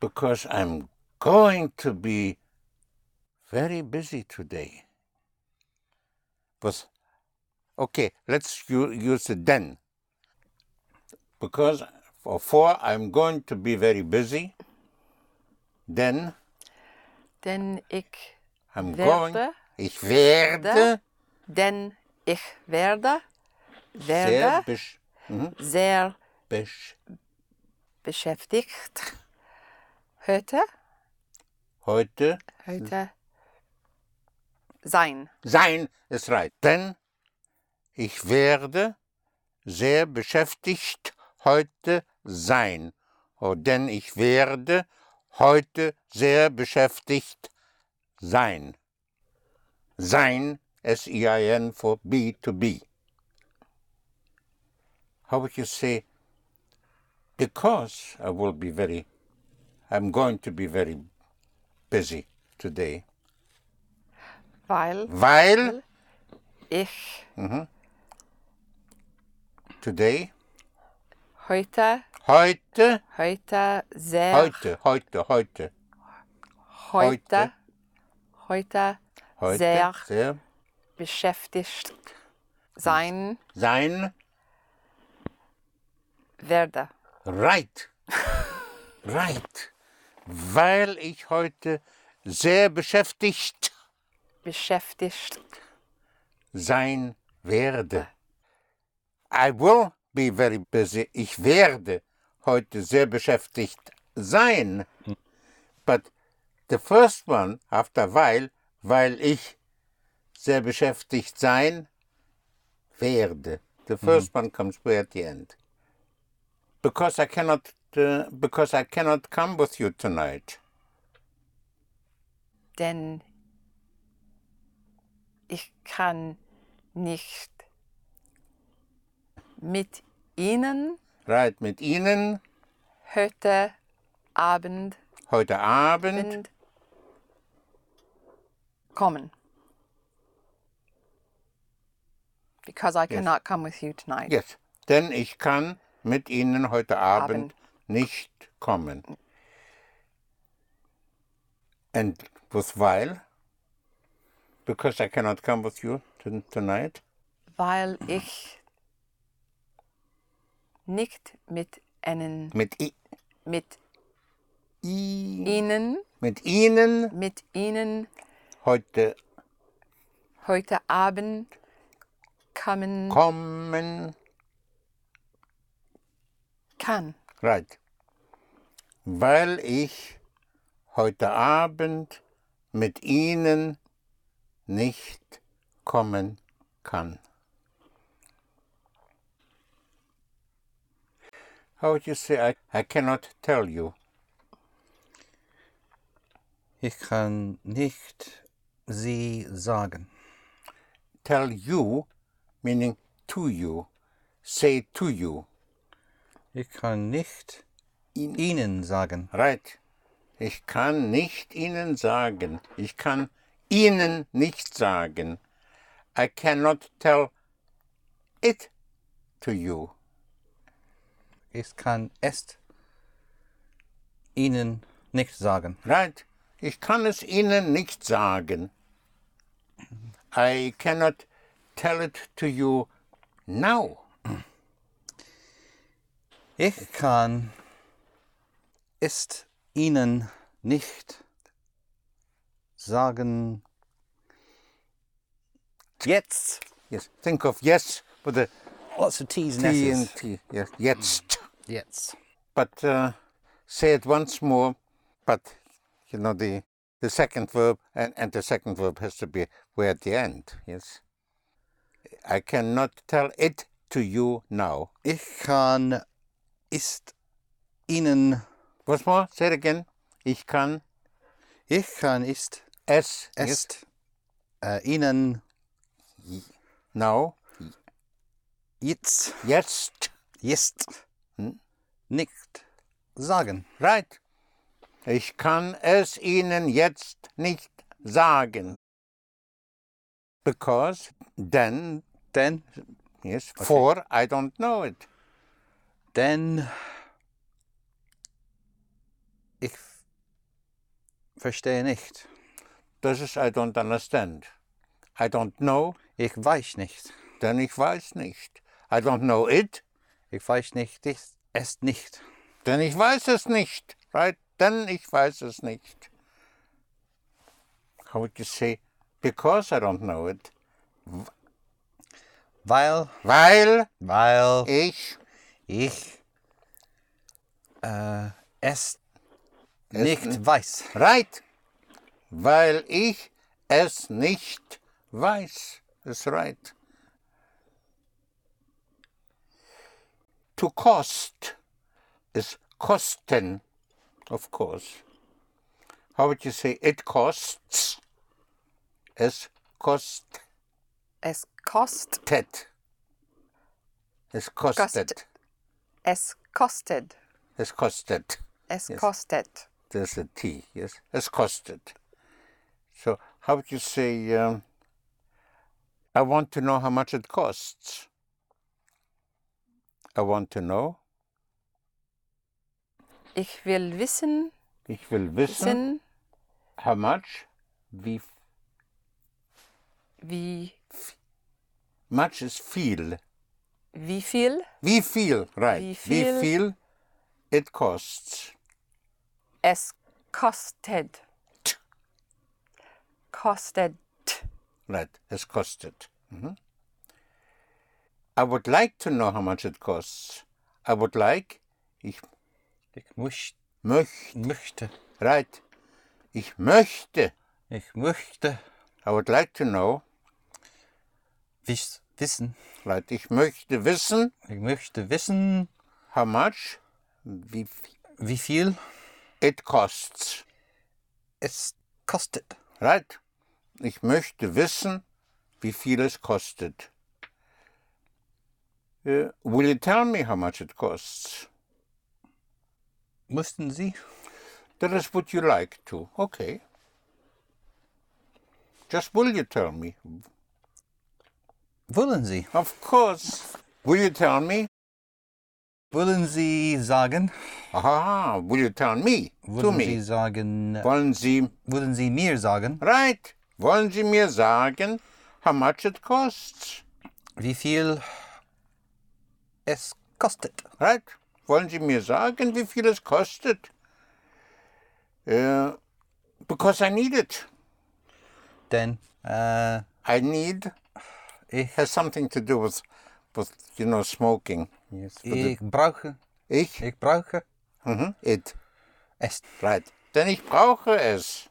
Speaker 2: Because I'm going to be very busy today. Was? Okay, let's u- use the then. Because or for I'm going to be very busy. Then
Speaker 4: Denn ik
Speaker 2: I'm
Speaker 4: Werde.
Speaker 2: going. Ich werde
Speaker 4: denn ich werde,
Speaker 2: sehr
Speaker 4: werde sehr,
Speaker 2: besch besch
Speaker 4: beschäftigt heute,
Speaker 2: heute Hm.
Speaker 4: heute sein.
Speaker 2: sein ist right. Denn ich werde sehr beschäftigt heute sein. Oh, denn ich werde heute sehr beschäftigt sein. Sein, S-E-I-N for B to B. How would you say? Because I will be very, I'm going to be very busy today.
Speaker 4: Weil
Speaker 2: Weil
Speaker 4: ich
Speaker 2: today
Speaker 4: heute,
Speaker 2: Heute,
Speaker 4: heute sehr,
Speaker 2: heute, heute, heute,
Speaker 4: heute, heute,
Speaker 2: heute,
Speaker 4: sehr beschäftigt sein
Speaker 2: sein
Speaker 4: werde.
Speaker 2: Right, right, weil ich heute sehr beschäftigt
Speaker 4: Beschäftigt
Speaker 2: sein werde. I will be very busy. Ich werde heute sehr beschäftigt sein. But the first one after weil, weil ich sehr beschäftigt sein werde. The first one comes way at the end. Because I cannot uh, because I cannot come with you tonight.
Speaker 4: denn ich kann nicht mit Ihnen
Speaker 2: Right, mit Ihnen
Speaker 4: heute Abend
Speaker 2: heute Abend.
Speaker 4: kommen. Because I cannot come with you tonight.
Speaker 2: Yes, denn ich kann mit Ihnen heute Abend,
Speaker 4: Abend.
Speaker 2: nicht kommen. And with weil? Because I cannot come with you t- tonight.
Speaker 4: Weil ich nicht mit Ihnen,
Speaker 2: Mit, I,
Speaker 4: mit
Speaker 2: I,
Speaker 4: Ihnen,
Speaker 2: mit Ihnen
Speaker 4: mit Ihnen
Speaker 2: heute
Speaker 4: heute Abend kommen
Speaker 2: kommen
Speaker 4: kann.
Speaker 2: Right. Weil ich heute Abend mit Ihnen nicht kommen kann. How would you say I, I cannot tell you?
Speaker 3: Ich kann nicht sie sagen.
Speaker 2: Tell you meaning to you. Say to you.
Speaker 3: Ich kann nicht ihnen sagen.
Speaker 2: Right. Ich kann nicht Ihnen sagen. Ich kann Ihnen nicht sagen. I cannot tell it to you.
Speaker 3: Ich kann es ihnen nicht sagen.
Speaker 2: Right. Ich kann es Ihnen nicht sagen. I cannot tell it to you now.
Speaker 3: Ich kann es ihnen nicht sagen. Jetzt.
Speaker 2: Yes. Think of yes with a
Speaker 3: Lots of T's and
Speaker 2: T and
Speaker 3: S's.
Speaker 2: T. Yes. Jetzt.
Speaker 3: Jetzt.
Speaker 2: but uh, say it once more. But you know the the second verb and, and the second verb has to be where at the end. Yes, I cannot tell it to you now.
Speaker 3: Ich kann es ihnen.
Speaker 2: Once more, say it again. Ich kann
Speaker 3: Ich kann es
Speaker 2: es
Speaker 3: es äh, ihnen
Speaker 2: Now,
Speaker 3: Jetzt.
Speaker 2: jetzt,
Speaker 3: Jetzt. hm, Nicht sagen.
Speaker 2: right. Ich kann es Ihnen jetzt nicht sagen. Because then,
Speaker 3: Denn,
Speaker 2: yes, for I don't know it.
Speaker 3: denn ich verstehe nicht.
Speaker 2: Das ist I don't understand. I don't know,
Speaker 3: Ich weiß nicht.
Speaker 2: denn ich weiß nicht. I don't know it,
Speaker 3: Ich weiß nicht, ich, es nicht.
Speaker 2: denn ich weiß es nicht. Right? Denn ich weiß es nicht. How would you say, because I don't know it?
Speaker 3: Weil,
Speaker 2: Weil
Speaker 3: weil
Speaker 2: ich
Speaker 3: ich äh, es nicht weiß.
Speaker 2: Right. Weil ich es nicht weiß. Is right. To cost is kosten, of course. How would you say it costs? Es kostet.
Speaker 4: Es kost,
Speaker 2: Es kostet.
Speaker 4: Kost- es kostet,
Speaker 2: Es kostet.
Speaker 4: es kostet.
Speaker 2: There's a T, yes? Es kostet. So how would you say, um, I want to know how much it costs? I want to know.
Speaker 4: Ich will wissen,
Speaker 2: Ich will wissen,
Speaker 4: wissen
Speaker 2: how much, wie f-
Speaker 4: wie,
Speaker 2: much is viel.
Speaker 4: wie viel
Speaker 2: Wie viel, right.
Speaker 4: Wie
Speaker 2: Wie
Speaker 4: viel-
Speaker 2: viel it costs.
Speaker 4: es kostet.
Speaker 2: T.
Speaker 4: Kostet.
Speaker 2: Right, es kostet. Mhm. I would like to know how much it costs. I would like, ich
Speaker 3: Ich möcht,
Speaker 2: möchte,
Speaker 3: möchte,
Speaker 2: right. Ich möchte
Speaker 3: ich möchte
Speaker 2: I would like to know,
Speaker 3: wiss, wissen,
Speaker 2: like ich möchte wissen,
Speaker 3: ich möchte wissen,
Speaker 2: how much, wie viel
Speaker 3: wie viel
Speaker 2: it costs,
Speaker 3: es kostet.
Speaker 2: right? Ich möchte wissen, wie viel es kostet. Äh, will you tell me how much it costs?
Speaker 3: Müssten Sie?
Speaker 2: That is what you like to. Okay. Just will you tell me?
Speaker 3: Wollen Sie?
Speaker 2: Of course. Will you tell me?
Speaker 3: Wollen Sie sagen?
Speaker 2: Aha, will you tell me? to
Speaker 3: Wollen Sie
Speaker 2: me.
Speaker 3: sagen?
Speaker 2: Wollen Sie
Speaker 3: Wollen Sie mir sagen,
Speaker 2: Right. Wollen Sie mir sagen, how much it costs?
Speaker 3: wie viel es kostet?
Speaker 2: Right? Wollen Sie mir sagen, wie viel es kostet? Äh, because I need it.
Speaker 3: Denn äh,
Speaker 2: I need
Speaker 3: ich,
Speaker 2: has something to do with, with you know, smoking. Yes.
Speaker 3: ich brauche,
Speaker 2: Ich?
Speaker 3: ich brauche
Speaker 2: Mhm. It.
Speaker 3: es.
Speaker 2: Right. Denn ich brauche es.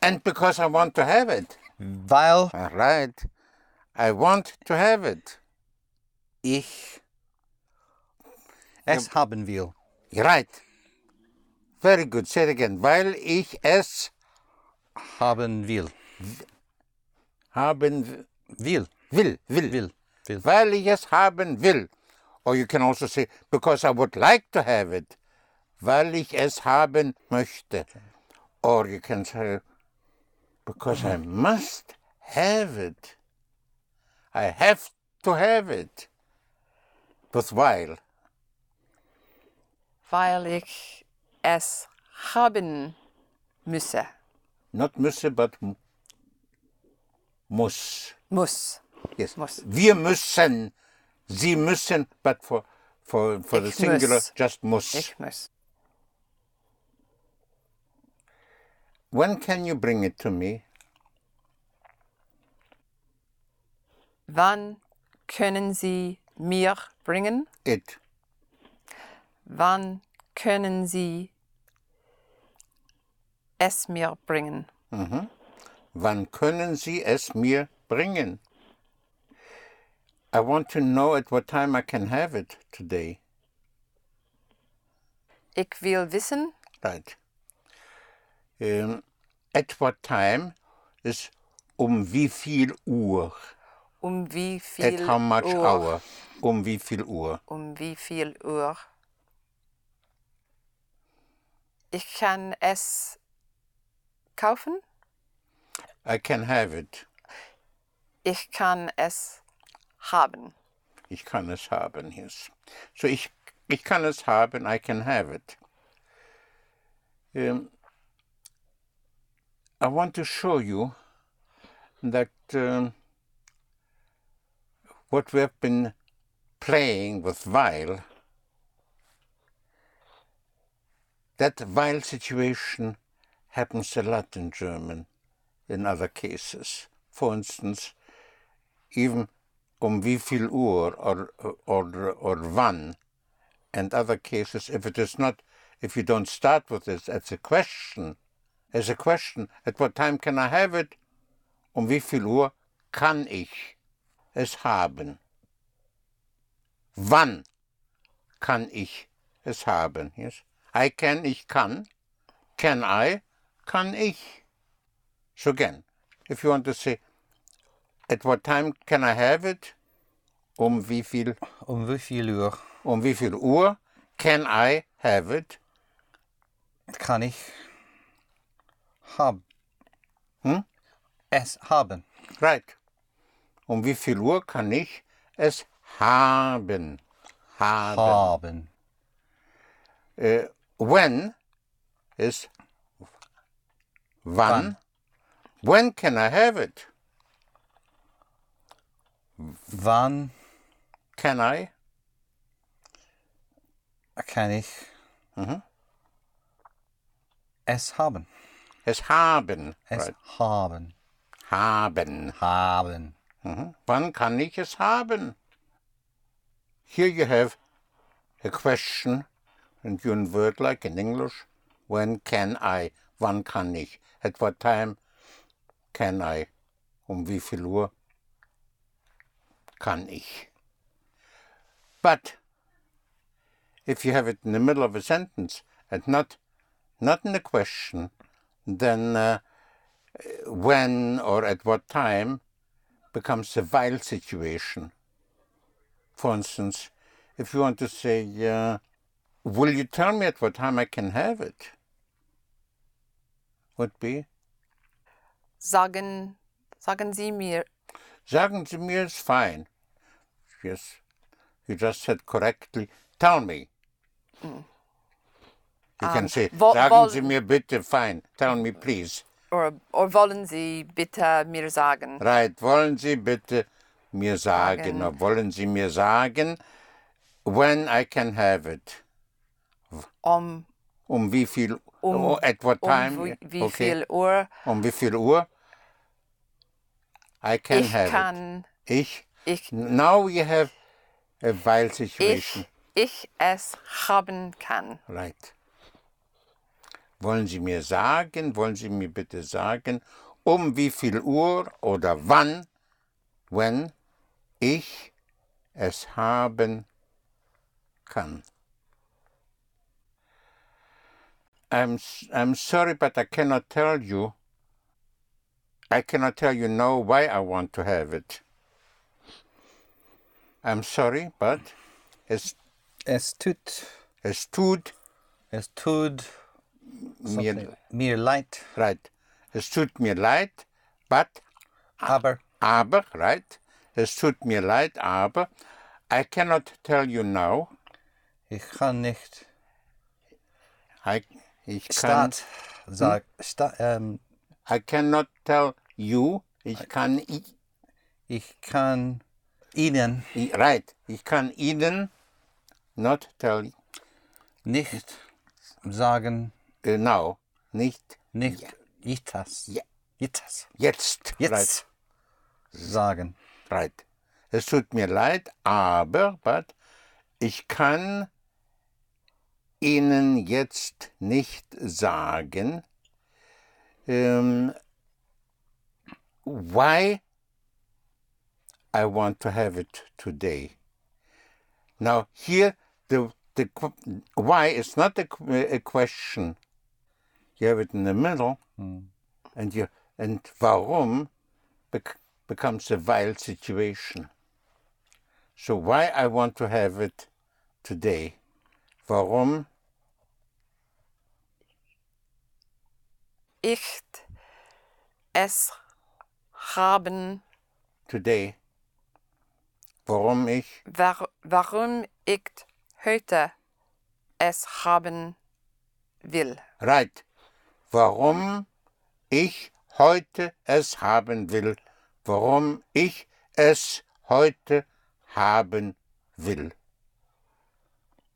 Speaker 2: And because I want to have it.
Speaker 3: Weil
Speaker 2: Right. I want to have it.
Speaker 3: ich es haben will.
Speaker 2: Right. Very good. Say it again. Weil ich es
Speaker 3: Haben will.
Speaker 2: haben w-
Speaker 3: Will.
Speaker 2: will. Will.
Speaker 3: Will. Will.
Speaker 2: Weil ich es haben will. Or you can also say, because I would like to have it. Weil ich es haben möchte. Or you can say, because I must have it. I have to have it. With weil.
Speaker 4: weil ich es haben müsse,
Speaker 2: Not müsse, but m- muss.
Speaker 4: muss.
Speaker 2: Yes.
Speaker 4: Muss.
Speaker 2: Wir müssen, Sie müssen, but for, for, for the
Speaker 4: Ich
Speaker 2: singular,
Speaker 4: muss.
Speaker 2: just muss.
Speaker 4: Ich muss.
Speaker 2: When can you bring it to me?
Speaker 4: Wann können Sie mir bringen?
Speaker 2: It.
Speaker 4: Wann können Sie es mir bringen?
Speaker 2: Wann können Sie es mir bringen? I want to know at what time I can have it today.
Speaker 4: Ich will wissen,
Speaker 2: Ähm, Right. Um, at what time is Um wie viel Uhr?
Speaker 4: Um wie viel
Speaker 2: At how much
Speaker 4: Uhr?
Speaker 2: hour? Um wie viel Uhr?
Speaker 4: Um wie viel Uhr? Ich kann es kaufen.
Speaker 2: I can have it.
Speaker 4: Ich kann es haben.
Speaker 2: Ich kann es haben, yes. So ich, ich kann es haben, I can have it. Um, I want to show you that um, what we have been playing with while, that while situation happens a lot in German in other cases. For instance, even um wie viel Uhr or, or, or wann, and other cases, if it is not, if you don't start with this as a question, as a question, at what time can I have it? Um wie viel Uhr kann ich es haben? Wann kann ich es haben? Yes? I can, ich kann. Can I? Kann ich. So again, if you want to say, at what time can I have it? Um wie viel,
Speaker 3: Um wie viel Uhr
Speaker 2: um wie viel Uhr can I have it?
Speaker 3: kann ich haben?
Speaker 2: Hm?
Speaker 3: Es haben.
Speaker 2: Right. Um wie viel Uhr kann ich es haben? Haben.
Speaker 3: Haben.
Speaker 2: Äh, when ist wann. When can I have it?
Speaker 3: Wann
Speaker 2: Can I?
Speaker 3: kann ich
Speaker 2: Mhm.
Speaker 3: es haben?
Speaker 2: Es haben.
Speaker 3: Es
Speaker 2: Right.
Speaker 3: haben.
Speaker 2: Haben.
Speaker 3: Haben.
Speaker 2: Mhm. Wann kann ich es haben? Here you have a question and you invert like in English. When can I? Wann kann ich? At what time can I? Um wie viel Uhr kann ich? But if you have it in the middle of a sentence and not not in a question, then uh, when or at what time becomes a while situation. For instance, if you want to say, uh, Will you tell me at what time I can have it? Would be,
Speaker 4: Sagen, sagen Sie mir,
Speaker 2: Sagen Sie mir is fine. Yes, you just said correctly, tell me. You can say,
Speaker 4: wo-
Speaker 2: Sagen
Speaker 4: wol-
Speaker 2: Sie mir bitte, fine, tell me please.
Speaker 4: oder, oder wollen Sie bitte mir sagen?
Speaker 2: Right, wollen Sie bitte mir sagen,
Speaker 4: Sagen.
Speaker 2: or wollen Sie mir sagen, when I can have it?
Speaker 4: Um,
Speaker 2: Um wie viel?
Speaker 4: Um-
Speaker 2: oh, at what
Speaker 4: um
Speaker 2: time?
Speaker 4: wie, wie
Speaker 2: okay.
Speaker 4: viel Uhr
Speaker 2: Um wie viel Uhr? I can
Speaker 4: ich
Speaker 2: have it.
Speaker 4: kann,
Speaker 2: Ich.
Speaker 4: ich,
Speaker 2: Now we have a while situation.
Speaker 4: ich, ich es haben kann.
Speaker 2: Right. Wollen Sie mir sagen, wollen Sie mir bitte sagen, um wie viel Uhr oder wann, when ich es haben kann? I'm, s- I'm sorry, but I cannot tell you. I cannot tell you now why I want to have it. I'm sorry, but es,
Speaker 3: Es tut.
Speaker 2: es tut
Speaker 3: Es tut
Speaker 2: mir
Speaker 3: mir leid,
Speaker 2: Right. Es tut mir leid, but,
Speaker 3: aber
Speaker 2: aber, right? Es tut mir leid, aber, I cannot tell you now.
Speaker 3: ich kann nicht
Speaker 2: I, ich kann, Hm?
Speaker 3: Staat sagen. Sta, ähm,
Speaker 2: I cannot tell you. Ich kann, i,
Speaker 3: ich kann Ihnen
Speaker 2: i, right. Ich kann Ihnen not tell
Speaker 3: nicht sagen,
Speaker 2: äh, now. Nicht
Speaker 3: nicht itas.
Speaker 2: Ja.
Speaker 3: Itas.
Speaker 2: jetzt. Right.
Speaker 3: Jetzt sagen.
Speaker 2: right. Es tut mir leid, aber, but, ich kann Ihnen jetzt nicht sagen, ähm, why I want to have it today. Now, here, the, the qu- why is not a, qu- a question. You have it in the middle, and you and warum bec- becomes a vile situation. So why I want to have it today? Warum?
Speaker 4: Ich es haben,
Speaker 2: today. Warum ich
Speaker 4: war, warum ich heute es haben will.
Speaker 2: right. Warum ich heute es haben will. Warum ich es heute haben will.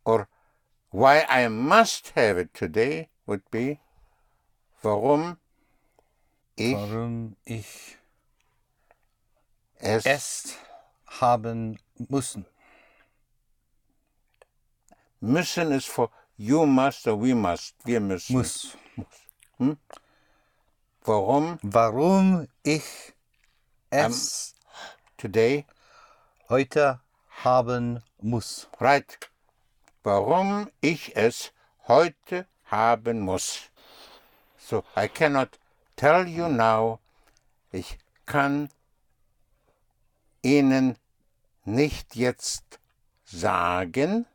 Speaker 2: Or why I must have it today would be warum ich
Speaker 3: Warum ich
Speaker 2: es,
Speaker 3: es haben müssen.
Speaker 2: müssen ist for you must or we must. Wir müssen.
Speaker 3: Muss.
Speaker 2: Warum
Speaker 3: Warum ich es
Speaker 2: today
Speaker 3: heute haben muss.
Speaker 2: Right. Warum ich es heute haben muss. So, I cannot tell you now, ich kann Ihnen nicht jetzt sagen,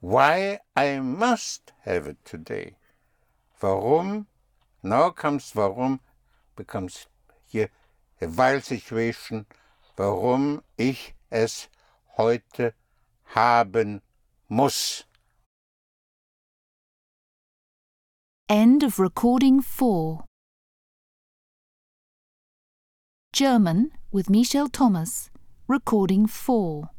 Speaker 2: why I must have it today. Warum? Now comes warum, becomes here a while situation, warum ich es heute haben muss.
Speaker 1: End of recording 4. German with Michel Thomas. Recording 4.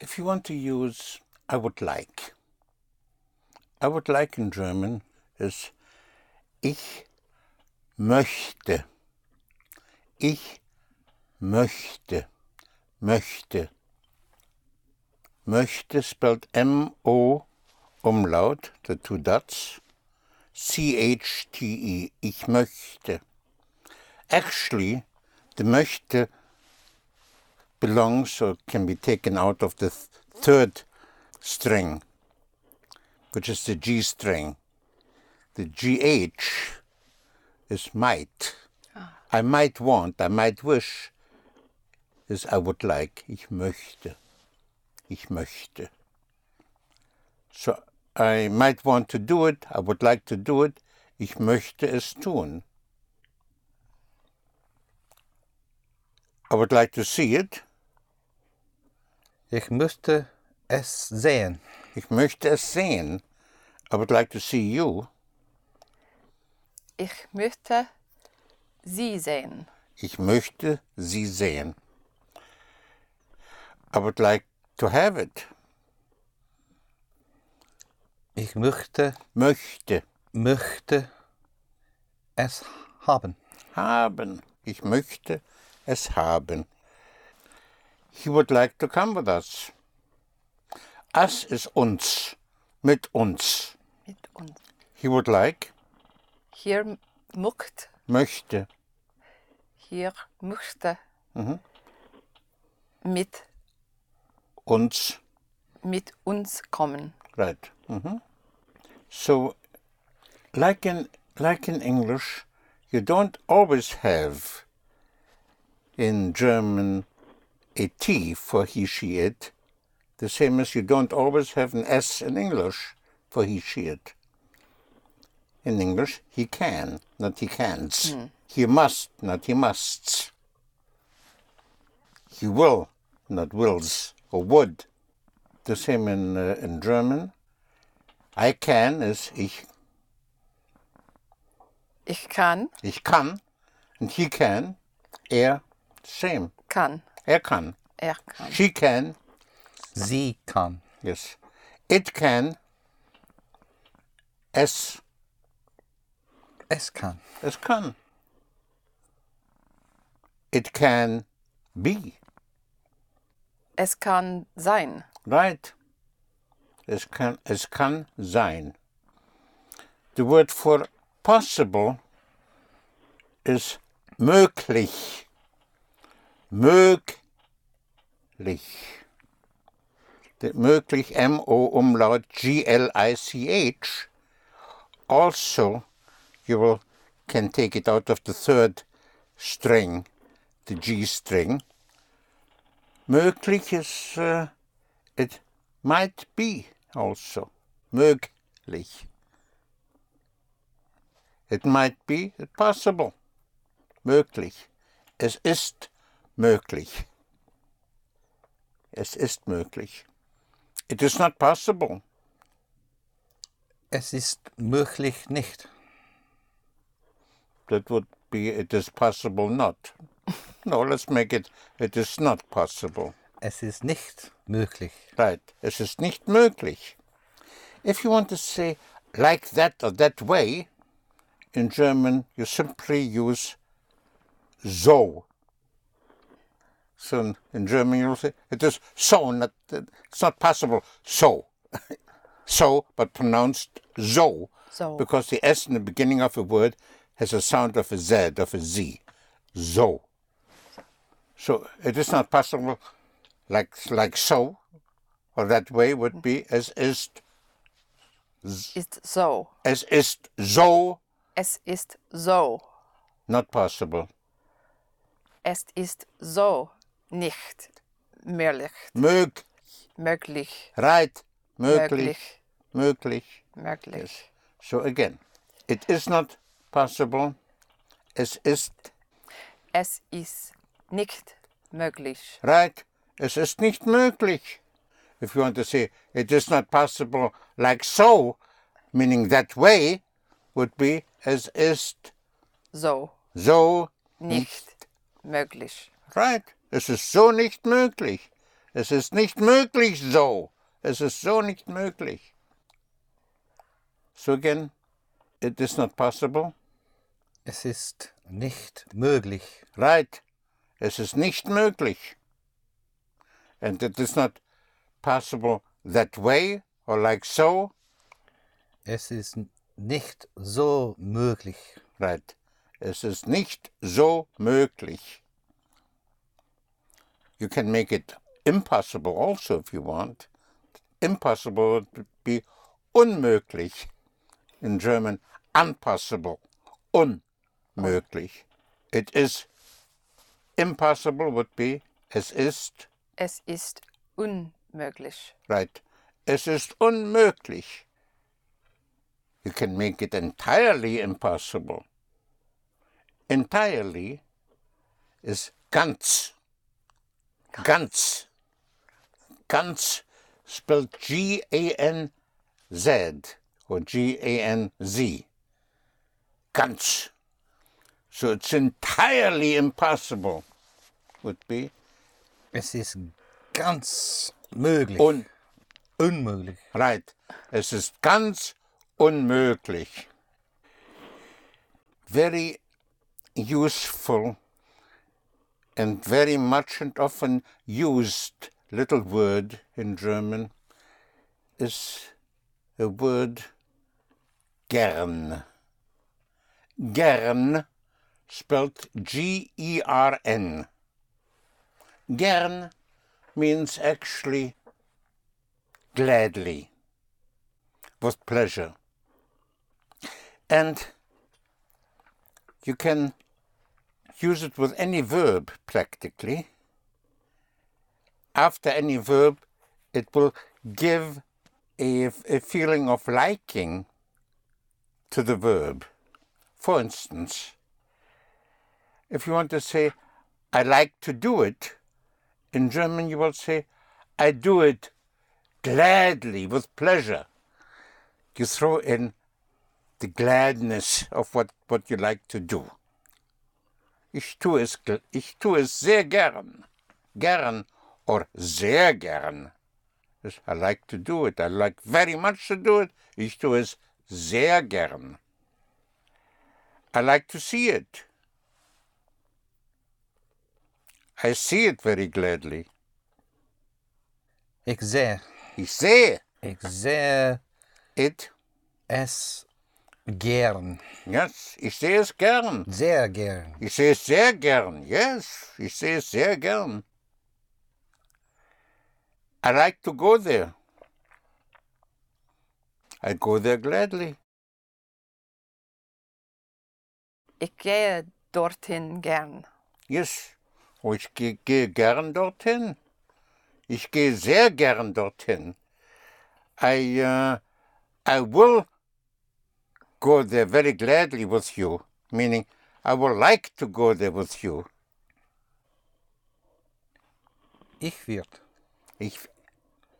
Speaker 2: If you want to use I would like, I would like in German is ich möchte. Ich möchte. Möchte. Möchte spelled M O umlaut, the two dots. C H T E. Ich möchte. Actually, the möchte belongs or can be taken out of the th- third string, which is the G string. The GH is might. I might want, I might wish, is I would like, ich möchte. Ich möchte. So I might want to do it, I would like to do it, ich möchte es tun. I would like to see it,
Speaker 3: Ich möchte es sehen.
Speaker 2: Ich möchte es sehen. I would like to see you.
Speaker 4: Ich möchte sie sehen.
Speaker 2: Ich möchte sie sehen. I would like to have it.
Speaker 3: Ich möchte,
Speaker 2: Möchte.
Speaker 3: möchte es haben.
Speaker 2: Haben. Ich möchte es haben. He would like to come with us. Us ist uns. Mit uns.
Speaker 4: Mit uns.
Speaker 2: He would like.
Speaker 4: Hier muckt,
Speaker 2: Möchte.
Speaker 4: hier möchte.
Speaker 2: Mhm.
Speaker 4: Mit,
Speaker 2: Uns.
Speaker 4: mit uns kommen.
Speaker 2: Right. hmm So, like in like in English, you don't always have in German a T for he, she, it, the same as you don't always have an S in English for he, she, it. In English, he can, not he cans. He must, not he musts. He will, not wills, or would. The same in, uh, in German. I can is ich,
Speaker 4: Ich kann,
Speaker 2: ich kann. And he can, er, same.
Speaker 4: kann,
Speaker 2: Er kann.
Speaker 4: er kann.
Speaker 2: She can,
Speaker 3: Sie kann.
Speaker 2: yes. It can, es,
Speaker 3: Es kann.
Speaker 2: es kann. It can be,
Speaker 4: Es kann sein.
Speaker 2: right? Es kann, es kann sein. The word for possible is möglich. Möglich. The möglich M-O umlaut G-L-I-C-H. Also, you will can take it out of the third string, the G string. Möglich is, uh, it might be also. Möglich. It might be possible. Möglich. Es ist möglich. Es ist möglich. It is not possible.
Speaker 3: Es ist möglich nicht.
Speaker 2: That would be it is possible not. No, let's make it it is not possible.
Speaker 3: Es ist nicht möglich.
Speaker 2: Right. Es ist nicht möglich. If you want to say like that or that way, in German you simply use so. So in, in German you'll say it is so, not, it's not possible so. so, but pronounced so,
Speaker 4: So.
Speaker 2: because the S in the beginning of a word has a sound of a Z, of a Z. So. So it is not possible like like so or that way would be as ist
Speaker 4: Ist so.
Speaker 2: as ist so
Speaker 4: Es ist so.
Speaker 2: not possible.
Speaker 4: Es ist so nicht möglich.
Speaker 2: Mög
Speaker 4: Möglich.
Speaker 2: right möglich
Speaker 4: Möglich.
Speaker 2: möglich.
Speaker 4: Möglich.
Speaker 2: So again, it is not possible. Es ist
Speaker 4: Es ist nicht möglich.
Speaker 2: right. Es ist nicht möglich. If you want to say it is not possible like so, meaning that way, would be es ist
Speaker 4: So
Speaker 2: so
Speaker 4: nicht möglich.
Speaker 2: Right. Es ist so nicht möglich. Es ist nicht möglich so. Es ist so nicht möglich. So again, it is not possible.
Speaker 3: Es ist nicht möglich.
Speaker 2: Right. Es ist nicht möglich. And it is not possible that way or like so.
Speaker 3: Es ist nicht so möglich.
Speaker 2: Right. Es ist nicht so möglich. You can make it impossible also if you want. Impossible would be unmöglich. In German, unpossible. Unmöglich. It is impossible would be es ist,
Speaker 4: Es ist unmöglich.
Speaker 2: right? Es ist unmöglich. You can make it entirely impossible. entirely is ganz. Ganz. Ganz spelled G A N Z or G A N Z. Ganz. So it's entirely impossible, would be.
Speaker 3: Es ist ganz möglich.
Speaker 2: Un
Speaker 3: unmöglich.
Speaker 2: Right. Es ist ganz unmöglich. Very useful and very much and often used little word in German is a word gern. Gern, spelled G E R N. Gern means actually gladly, with pleasure. And you can use it with any verb practically. After any verb, it will give a, a feeling of liking to the verb. For instance, if you want to say, I like to do it, in German you will say, I do it gladly, with pleasure. You throw in the gladness of what, what you like to do. Ich tue es, gl- ich tue es sehr gern. Gern or sehr gern. Yes, I like to do it. I like very much to do it. Ich tue es sehr gern. I like to see it. I see it very gladly.
Speaker 3: Ich sehe,
Speaker 2: Ich sehe
Speaker 3: ich sehe
Speaker 2: it.
Speaker 3: es gern.
Speaker 2: Yes, ich sehe es gern.
Speaker 3: Sehr gern.
Speaker 2: Ich sehe es sehr gern, yes, ich sehe es sehr gern. I like to go there. I go there gladly.
Speaker 4: Ich gehe dorthin gern.
Speaker 2: Yes. Oh, ich gehe geh gern dorthin. Ich gehe sehr gern dorthin. I, uh, I will go there very gladly with you. Meaning, I would like to go there with you.
Speaker 3: Ich wird.
Speaker 2: Ich,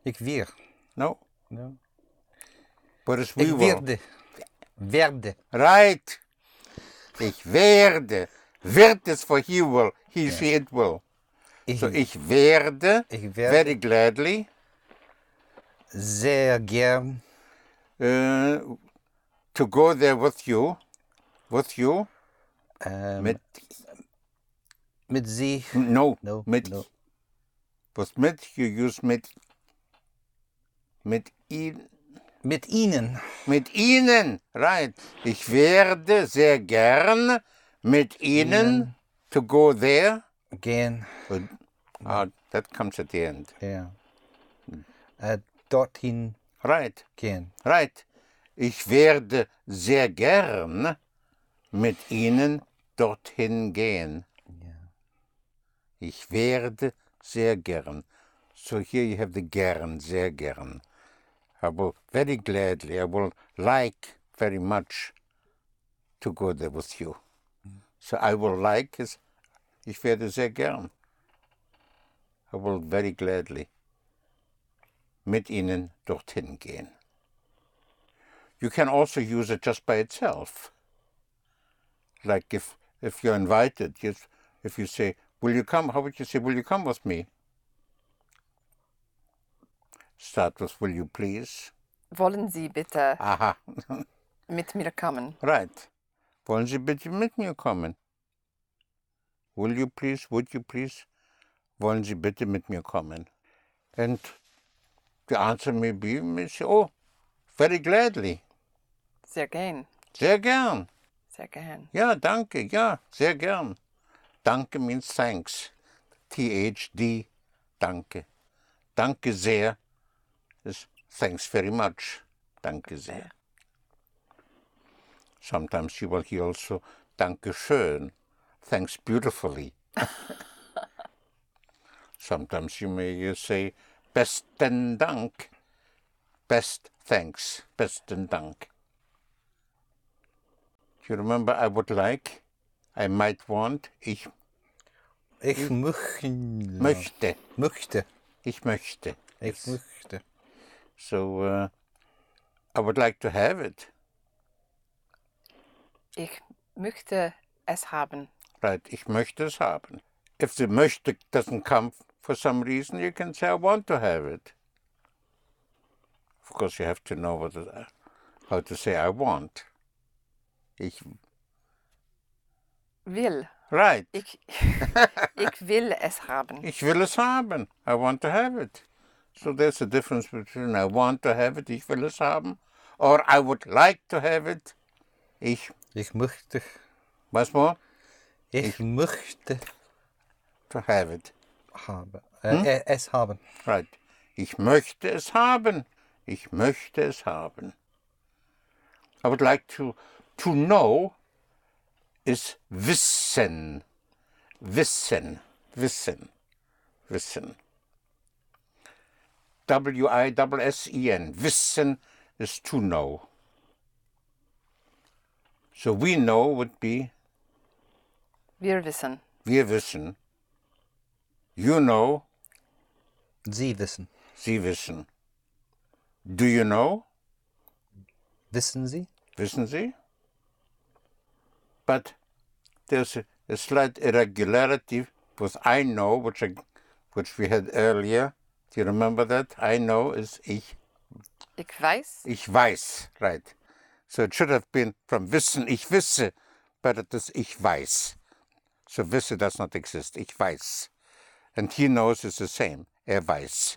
Speaker 3: Ich wir.
Speaker 2: no.
Speaker 3: Ja.
Speaker 2: What is we
Speaker 3: Ich
Speaker 2: will?
Speaker 3: werde. Werde.
Speaker 2: Right. Ich werde. Wird is for he will. He, she, it will.
Speaker 3: Ich
Speaker 2: So ich werde,
Speaker 3: Mhm. Ich werde-
Speaker 2: very gladly
Speaker 3: sehr gern
Speaker 2: uh, to go there with you, with you,
Speaker 3: ähm, mit,
Speaker 2: mit,
Speaker 3: sie.
Speaker 2: no,
Speaker 3: No,
Speaker 2: mit,
Speaker 3: no.
Speaker 2: was mit, you use mit, mit ihnen,
Speaker 3: Mit ihnen.
Speaker 2: mit ihnen, right. Ich werde sehr gern mit ihnen to go there.
Speaker 3: Gehen.
Speaker 2: But, ah, that comes at the end.
Speaker 3: Ja. Äh, dorthin
Speaker 2: Right.
Speaker 3: gehen.
Speaker 2: Right. Ich werde sehr gern mit Ihnen dorthin gehen. Ich werde sehr gern. So here you have the gern, sehr gern. I will very gladly, I will like very much to go there with you. So I will like is, ich werde sehr gern. I will very gladly mit Ihnen dorthin gehen. You can also use it just by itself. Like if if you're invited, you, if you say, "Will you come?" How would you say, "Will you come with me?" Start with "Will you please?"
Speaker 4: Wollen Sie bitte
Speaker 2: Aha,
Speaker 4: mit mir kommen?
Speaker 2: right. Wollen Sie bitte mit mir kommen? Will you please? Would you please? Wollen Sie bitte mit mir kommen? And the answer may be, may say, "Oh, very gladly,
Speaker 4: Sehr gern.
Speaker 2: sehr gern."
Speaker 4: Sehr gern.
Speaker 2: Ja, danke, ja, sehr gern. Danke means thanks. T-H-D, danke. Danke sehr is thanks very much. Danke sehr. Sometimes you will hear also danke schön, thanks beautifully. Sometimes you may uh, say besten Dank, best thanks, besten Dank. You remember I would like, I might want, ich
Speaker 3: Ich möchte.
Speaker 2: möchte,
Speaker 3: Möchte.
Speaker 2: ich möchte.
Speaker 3: Ich möchte.
Speaker 2: So uh, I would like to have it.
Speaker 4: Ich möchte es haben.
Speaker 2: Right, ich möchte es haben. If the möchte doesn't come for some reason, you can say I want to have it. Of course, you have to know what it, how to say I want. Ich,
Speaker 4: Will.
Speaker 2: right,
Speaker 4: Ich, ich will es haben.
Speaker 2: ich will es haben. I want to have it. So there's a difference between I want to have it, ich will es haben, or I would like to have it. Ich,
Speaker 3: Ich möchte.
Speaker 2: was more?
Speaker 3: Ich möchte
Speaker 2: To have it.
Speaker 3: haben. Äh, äh, es haben.
Speaker 2: Right. Ich möchte es haben. Ich möchte es haben. I would like to to know is wissen. Wissen. Wissen. Wissen. W I double S E N. Wissen is to know. So we know would be
Speaker 4: Wir wissen.
Speaker 2: wir wissen. You know
Speaker 3: Sie wissen.
Speaker 2: Sie wissen. Do you know?
Speaker 3: Wissen Sie?
Speaker 2: Wissen Sie? But there's a, a slight irregularity with I know, which, I, which we had earlier. Do you remember that? I know is ich.
Speaker 4: Ich weiß.
Speaker 2: Ich weiß, right. So it should have been from wissen, ich wisse, but it is ich weiß. So wisse does not exist, ich weiß. And he knows is the same, er weiß.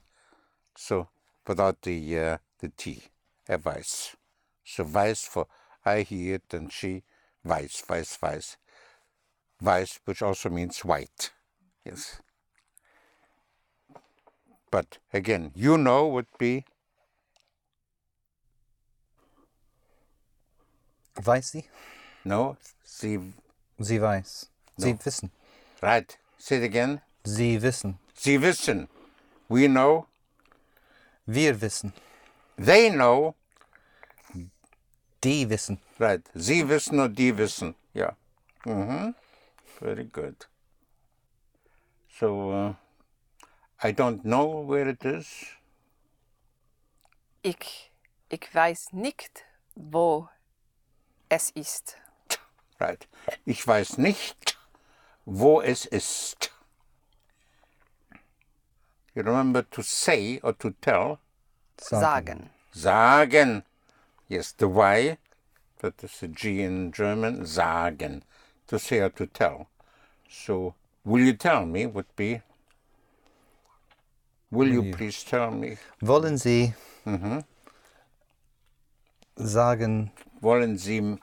Speaker 2: So without the, uh, the T, er weiß. So weiß for I, he, it, and she, weiß, weiß, weiß. Weiß, which also means white. Yes. But again, you know would be
Speaker 3: Weiß sie?
Speaker 2: No, sie
Speaker 3: Sie weiß. Sie wissen.
Speaker 2: Right. Say it again.
Speaker 3: Sie wissen.
Speaker 2: Sie wissen. We know.
Speaker 3: Wir wissen.
Speaker 2: They know.
Speaker 3: Die wissen.
Speaker 2: Right. Sie wissen or die wissen. Yeah. Mm-hmm. Very good. So uh, I don't know where it is.
Speaker 4: Ik, ik weiß nicht, wo es ist.
Speaker 2: Right. Ich weiß nicht, wo es ist. You remember to say or to tell?
Speaker 4: Sagen.
Speaker 2: Sagen. Yes, the Y, that is the G in German, sagen. To say or to tell. So, will you tell me would be, will you please tell me?
Speaker 3: Wollen Sie sagen,
Speaker 2: Wollen Sie m-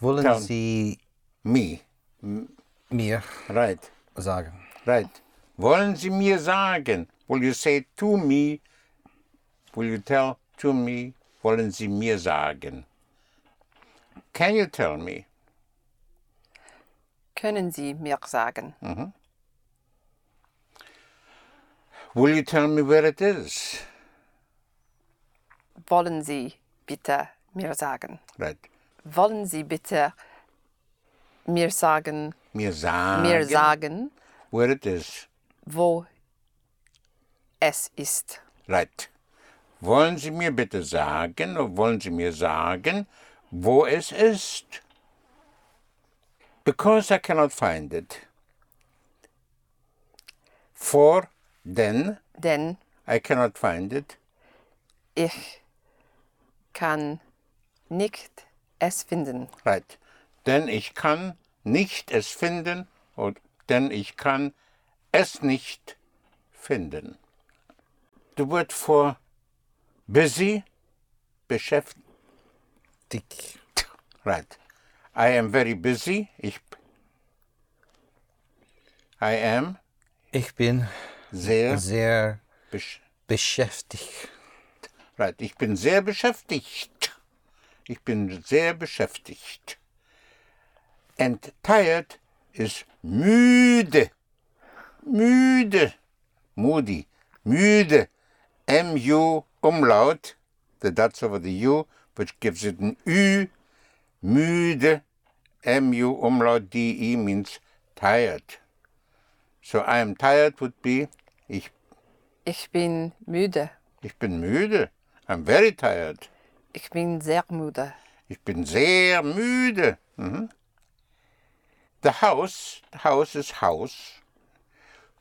Speaker 3: wollen
Speaker 2: Tell.
Speaker 3: Sie
Speaker 2: me?
Speaker 3: mir
Speaker 2: Right,
Speaker 3: sagen?
Speaker 2: right. Wollen Sie mir sagen? Will you say to me? Will you tell to me? Wollen Sie mir sagen? Can you tell me?
Speaker 4: Können Sie mir sagen?
Speaker 2: Will you tell me where it is?
Speaker 4: Wollen Sie bitte mir sagen?
Speaker 2: Right.
Speaker 4: Wollen Sie bitte mir sagen,
Speaker 2: Mir sagen.
Speaker 4: mir sagen,
Speaker 2: Where it is.
Speaker 4: wo es ist?
Speaker 2: Right. Wollen Sie mir bitte sagen, oder wollen Sie mir sagen, wo es ist? Because I cannot find it. For, then,
Speaker 4: Denn
Speaker 2: I cannot find it.
Speaker 4: ich kann nicht es finden.
Speaker 2: Right. Denn ich kann nicht es finden, oder denn ich kann es nicht finden. The word for busy, beschäftigt.
Speaker 3: Dick.
Speaker 2: Right. I am very busy. Ich. I am
Speaker 3: Ich bin
Speaker 2: sehr.
Speaker 3: sehr
Speaker 2: Besch
Speaker 3: beschäftigt.
Speaker 2: right. Ich bin sehr beschäftigt. Ich bin sehr beschäftigt. And tired is müde. Müde. Moody. Müde. M-U umlaut. The Dutch over the U, which gives it an Ü. Müde. M-U umlaut D-E means tired. So I am tired would be, ich,
Speaker 4: Ich bin müde.
Speaker 2: ich bin müde. I'm very tired.
Speaker 4: Ich bin sehr müde.
Speaker 2: Ich bin sehr müde. Mhm. The house, the house is house.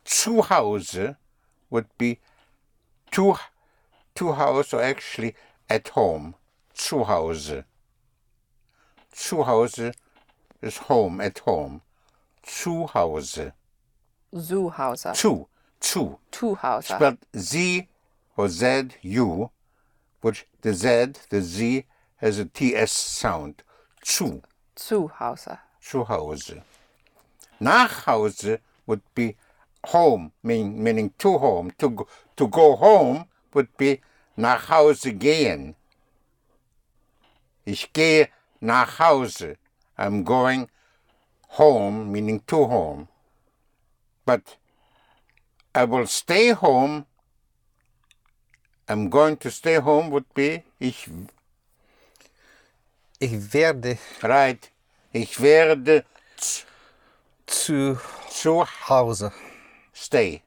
Speaker 2: Zu Hause would be to, to house or actually at home. Zu Hause. Zu Hause is home, at home. Zu Hause.
Speaker 4: Zu Hause.
Speaker 2: Zu, zu.
Speaker 4: Zu Hause.
Speaker 2: Spelled Z or Z U, which the Z, the Z has a TS sound. Zu,
Speaker 4: Zu Hause.
Speaker 2: zu Hause. Nach Hause would be home, meaning, meaning to home. To go, to go home would be nach Hause gehen. Ich gehe nach Hause. I'm going home, meaning to home. But I will stay home. I'm going to stay home would be ich
Speaker 3: Ich werde
Speaker 2: right. Ich werde
Speaker 3: zu
Speaker 2: zu
Speaker 3: Hause
Speaker 2: stay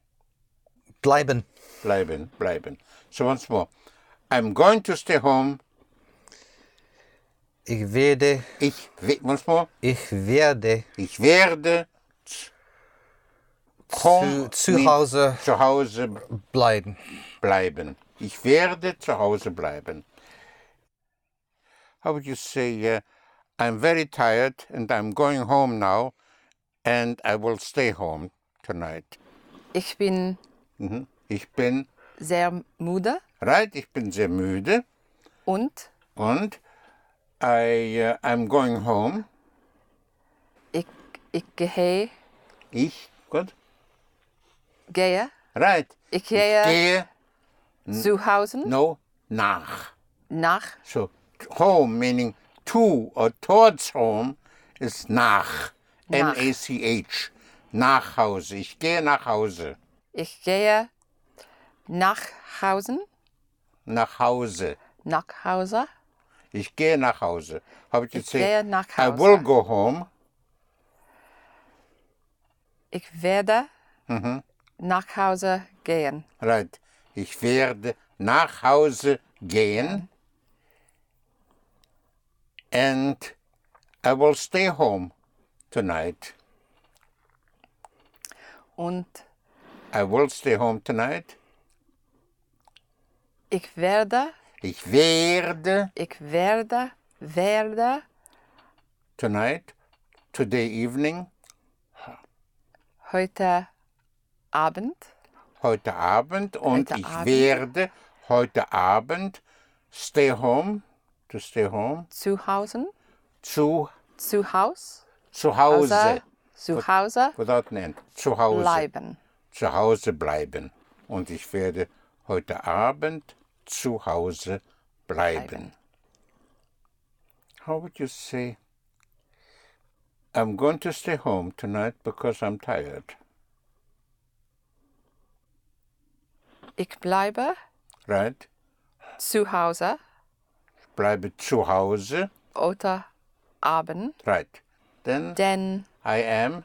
Speaker 3: bleiben.
Speaker 2: bleiben bleiben. So once more, I'm going to stay home.
Speaker 3: Ich werde,
Speaker 2: Ich we- once more.
Speaker 3: ich werde
Speaker 2: Ich werde
Speaker 3: zu,
Speaker 2: home
Speaker 3: zu
Speaker 2: mean-
Speaker 3: Hause
Speaker 2: zu Hause
Speaker 3: bleiben.
Speaker 2: bleiben. Ich werde zu Hause bleiben. How would you say, uh, I'm very tired and I'm going home now and I will stay home tonight.
Speaker 4: Ich bin
Speaker 2: Mhm. Ich bin,
Speaker 4: sehr müde
Speaker 2: right, ich bin sehr müde
Speaker 4: und
Speaker 2: und I, uh, I'm going home.
Speaker 4: ich, ich gehe,
Speaker 2: Ich, gut,
Speaker 4: gehe,
Speaker 2: right.
Speaker 4: ich gehe
Speaker 2: Gehe,
Speaker 4: zu Hause
Speaker 2: no, nach.
Speaker 4: nach
Speaker 2: So home meaning to or towards home is nach.
Speaker 4: Nach.
Speaker 2: N-A-C-H. Nach Hause. Ich gehe nach Hause.
Speaker 4: Ich gehe nach Hausen,
Speaker 2: Nach Hause.
Speaker 4: nach Hause.
Speaker 2: Ich gehe nach Hause. Habe ich jetzt
Speaker 4: gehe nach
Speaker 2: I will
Speaker 4: Hause.
Speaker 2: go home.
Speaker 4: Ich werde nach Hause gehen.
Speaker 2: Right. Ich werde nach Hause gehen. And I will stay home tonight.
Speaker 4: Und
Speaker 2: I will stay home tonight.
Speaker 4: ich werde,
Speaker 2: Ich werde
Speaker 4: ich werde, werde
Speaker 2: tonight, today evening,
Speaker 4: heute Abend,
Speaker 2: heute Abend und
Speaker 4: Heute
Speaker 2: ich
Speaker 4: Abend.
Speaker 2: werde heute Abend stay home, to stay home,
Speaker 4: zu Hause,
Speaker 2: zu,
Speaker 4: zu Haus,
Speaker 2: zu Hause,
Speaker 4: Hause, zu Hause
Speaker 2: without an end, zu Hause,
Speaker 4: bleiben.
Speaker 2: zu Hause bleiben. Und ich werde heute Abend zu Hause bleiben. How would you say, I'm going to stay home tonight because I'm tired,
Speaker 4: Ich bleibe
Speaker 2: right?
Speaker 4: zu Hause
Speaker 2: Ich bleibe zu Hause,
Speaker 4: oder Abend,
Speaker 2: right? Then
Speaker 4: denn
Speaker 2: I am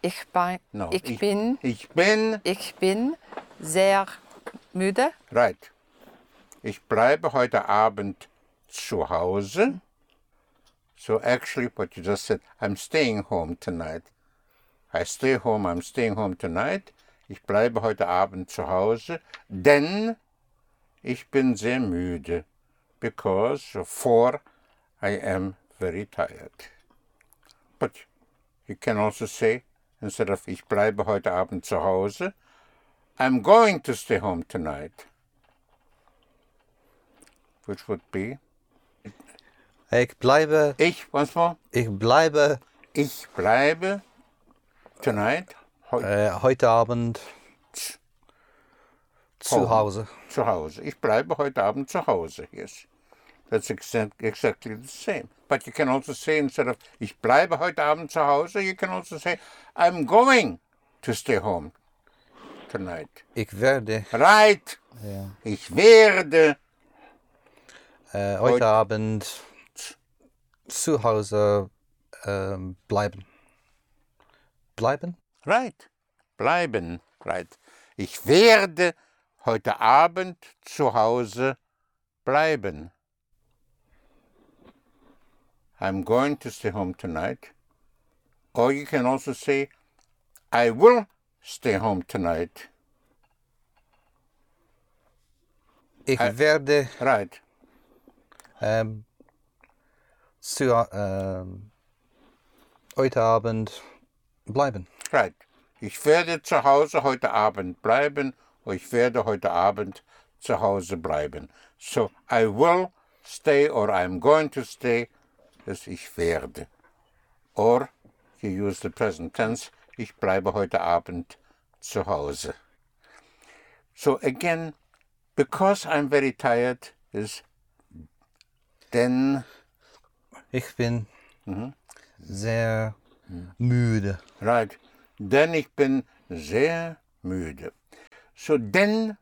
Speaker 4: ich, bin,
Speaker 2: No,
Speaker 4: ich, bin,
Speaker 2: Ich bin.
Speaker 4: ich bin sehr müde.
Speaker 2: Right. Ich bleibe heute Abend zu Hause. So actually, what you just said, I'm staying home tonight. I stay home. I'm staying home tonight. Ich bleibe heute Abend zu Hause, denn ich bin sehr müde. Because for I am very tired. But you can also say instead of ich bleibe heute Abend zu Hause, I'm going to stay home tonight. Which would be
Speaker 3: Ich bleibe,
Speaker 2: ich once more.
Speaker 3: ich bleibe
Speaker 2: Ich bleibe tonight heu-
Speaker 3: äh, heute Abend zu Hause.
Speaker 2: zu Hause. Ich bleibe heute Abend zu Hause. Yes. That's exa- exactly the same. But you can also say instead of ich bleibe heute Abend zu Hause, you can also say I'm going to stay home tonight.
Speaker 3: Ich werde
Speaker 2: Right.
Speaker 3: Ja.
Speaker 2: Ich werde
Speaker 3: äh, heute
Speaker 2: Heute-
Speaker 3: Abend zu Hause ähm, bleiben. Bleiben?
Speaker 2: Right. Bleiben. Right. Ich werde heute Abend zu Hause bleiben. I'm going to stay home tonight. Or you can also say, I will stay home tonight.
Speaker 3: Ich
Speaker 2: Äh.
Speaker 3: werde
Speaker 2: Right.
Speaker 3: ähm, zu ähm, heute Abend bleiben.
Speaker 2: Right. Ich werde zu Hause heute Abend bleiben. Or ich werde heute Abend zu Hause bleiben. So, I will stay or I'm going to stay is ich werde. Or, you use the present tense, ich bleibe heute Abend zu Hause. So again, because I'm very tired is then,
Speaker 3: Ich bin
Speaker 2: Mhm.
Speaker 3: sehr müde.
Speaker 2: right, denn ich bin sehr müde. So denn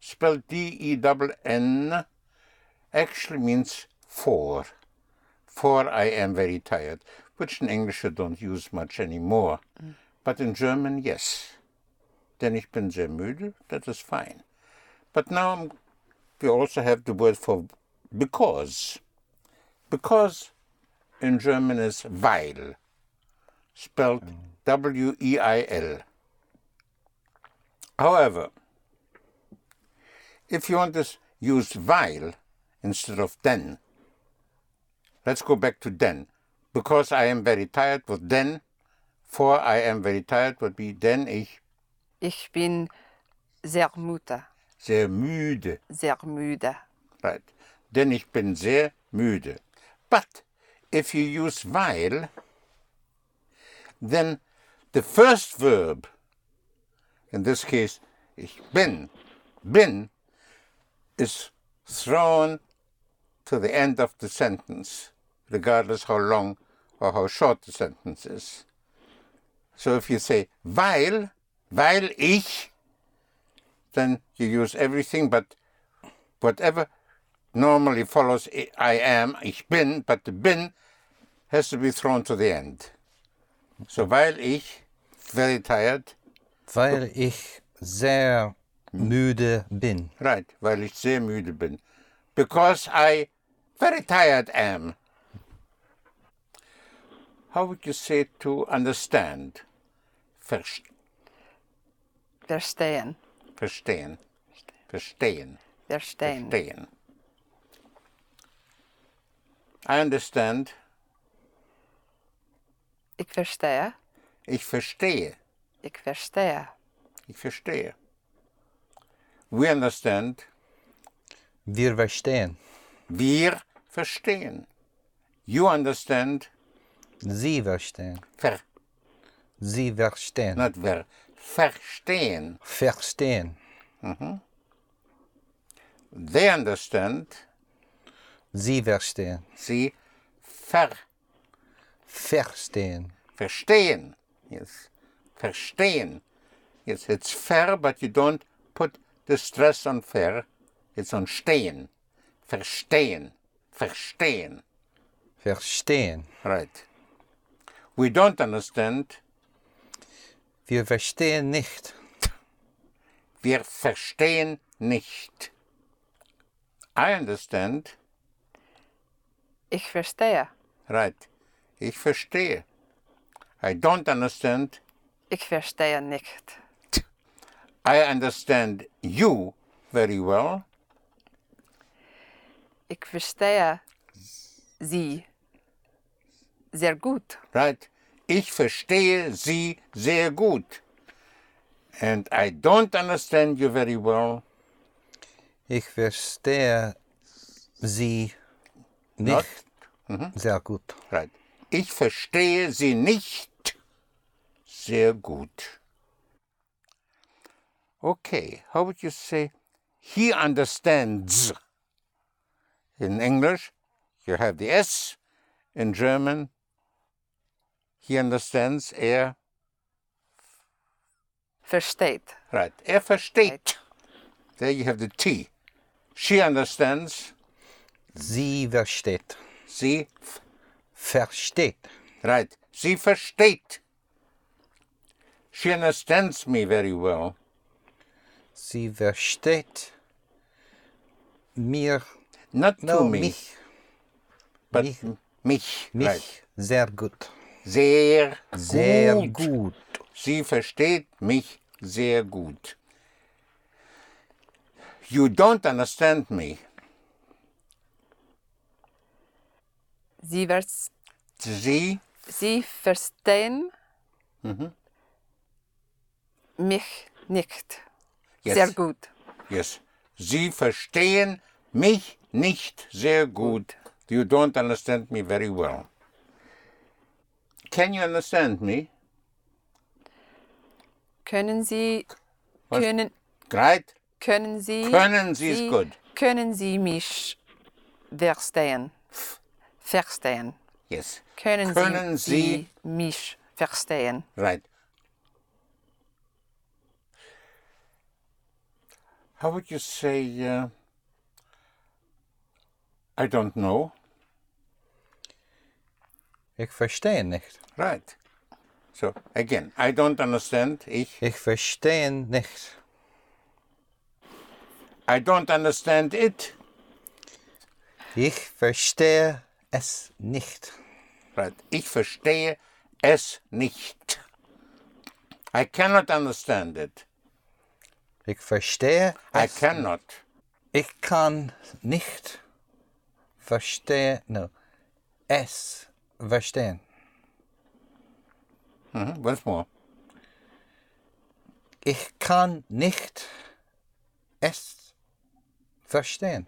Speaker 2: spelled D-E-N-N E actually means for. For I am very tired, which in English you don't use much anymore. But in German, yes. Denn ich bin sehr müde, that is fine. But now I'm- we also have the word for because. Because in German is weil, spelled E W-E-I-L. However, if you want to s- use while instead of then, let's go back to then. Because I am very tired with then, for I am very tired would be then ich
Speaker 4: Ich bin sehr müde,
Speaker 2: sehr müde.
Speaker 4: sehr müde.
Speaker 2: Right. Denn ich bin sehr müde. But if you use while, then the first verb, in this case, ich bin, bin, is thrown to the end of the sentence, regardless how long or how short the sentence is. So if you say weil, weil ich, then you use everything but whatever normally follows I- I am, ich bin, but the bin has to be thrown to the end. So weil ich very tired,
Speaker 3: Weil ich sehr
Speaker 2: Mhm.
Speaker 3: müde bin.
Speaker 2: right, weil ich sehr müde bin. Because I very tired am. How would you say to understand? Verst
Speaker 4: Verstehen.
Speaker 2: verstehen. Verstehen.
Speaker 4: Verstehen.
Speaker 2: Verstehen. I understand.
Speaker 4: Ich verstehe.
Speaker 2: Ich verstehe.
Speaker 4: Ich verstehe.
Speaker 2: Ich verstehe. We understand.
Speaker 3: Wir verstehen.
Speaker 2: Wir verstehen. You understand.
Speaker 3: Sie verstehen.
Speaker 2: Ver,
Speaker 3: Sie verstehen.
Speaker 2: not ver. Verstehen.
Speaker 3: Verstehen.
Speaker 2: They understand.
Speaker 3: Sie verstehen.
Speaker 2: Sie ver,
Speaker 3: Verstehen.
Speaker 2: verstehen. Yes. Verstehen. Yes, it's fair, but you don't put the stress on fair. It's on stehen. Verstehen. Verstehen.
Speaker 3: Verstehen.
Speaker 2: Right. We don't understand.
Speaker 3: Wir verstehen nicht.
Speaker 2: Wir verstehen nicht. I understand.
Speaker 4: Ich verstehe.
Speaker 2: Right. Ich verstehe. I don't understand.
Speaker 4: Ich verstehe nicht.
Speaker 2: I understand you very well.
Speaker 4: Ich verstehe sie sehr gut.
Speaker 2: Right. Ich verstehe Sie sehr gut. And I don't understand you very well.
Speaker 3: Ich verstehe Sie nicht
Speaker 2: Hm?
Speaker 3: sehr gut.
Speaker 2: Right. Ich verstehe Sie nicht sehr gut. Okay, how would you say he understands? In English, you have the S. In German, he understands, er
Speaker 4: Versteht.
Speaker 2: Right. Er versteht. There you have the T. She understands.
Speaker 3: Sie versteht.
Speaker 2: Sie. f-
Speaker 3: Versteht.
Speaker 2: Right. Sie versteht. She understands me very well.
Speaker 3: Sie versteht mir,
Speaker 2: Not
Speaker 3: no,
Speaker 2: to me,
Speaker 3: mich,
Speaker 2: but
Speaker 3: mich.
Speaker 2: m- mich.
Speaker 3: mich
Speaker 2: Right.
Speaker 3: sehr gut.
Speaker 2: Sehr,
Speaker 3: Sehr
Speaker 2: gut.
Speaker 3: gut.
Speaker 2: Sie versteht mich sehr gut. You don't understand me.
Speaker 4: Sie, vers
Speaker 2: Sie.
Speaker 4: sie verstehen
Speaker 2: Mhm.
Speaker 4: mich nicht.
Speaker 2: Yes.
Speaker 4: Sehr gut.
Speaker 2: Yes. Sie verstehen mich nicht sehr gut. You don't understand me very well. Can you understand me?
Speaker 4: Können Sie können
Speaker 2: Right?
Speaker 4: können Sie
Speaker 2: Können Sie ist gut.
Speaker 4: Können Sie mich verstehen? Verstehen.
Speaker 2: Yes.
Speaker 4: Können,
Speaker 2: Können Sie-
Speaker 4: mich verstehen?
Speaker 2: Right. How would you say, uh, I don't know?
Speaker 3: Ich verstehe nicht.
Speaker 2: Right. So, again, I don't understand. Ich.
Speaker 3: Ich verstehe nicht.
Speaker 2: I don't understand it.
Speaker 3: Ich verstehe es nicht.
Speaker 2: Right. Ich verstehe es nicht. I cannot understand it.
Speaker 3: Ich verstehe
Speaker 2: I
Speaker 3: es.
Speaker 2: cannot.
Speaker 3: Ich kann nicht verstehen. No. Es verstehen.
Speaker 2: Mhm, Once more.
Speaker 3: Ich kann nicht es verstehen.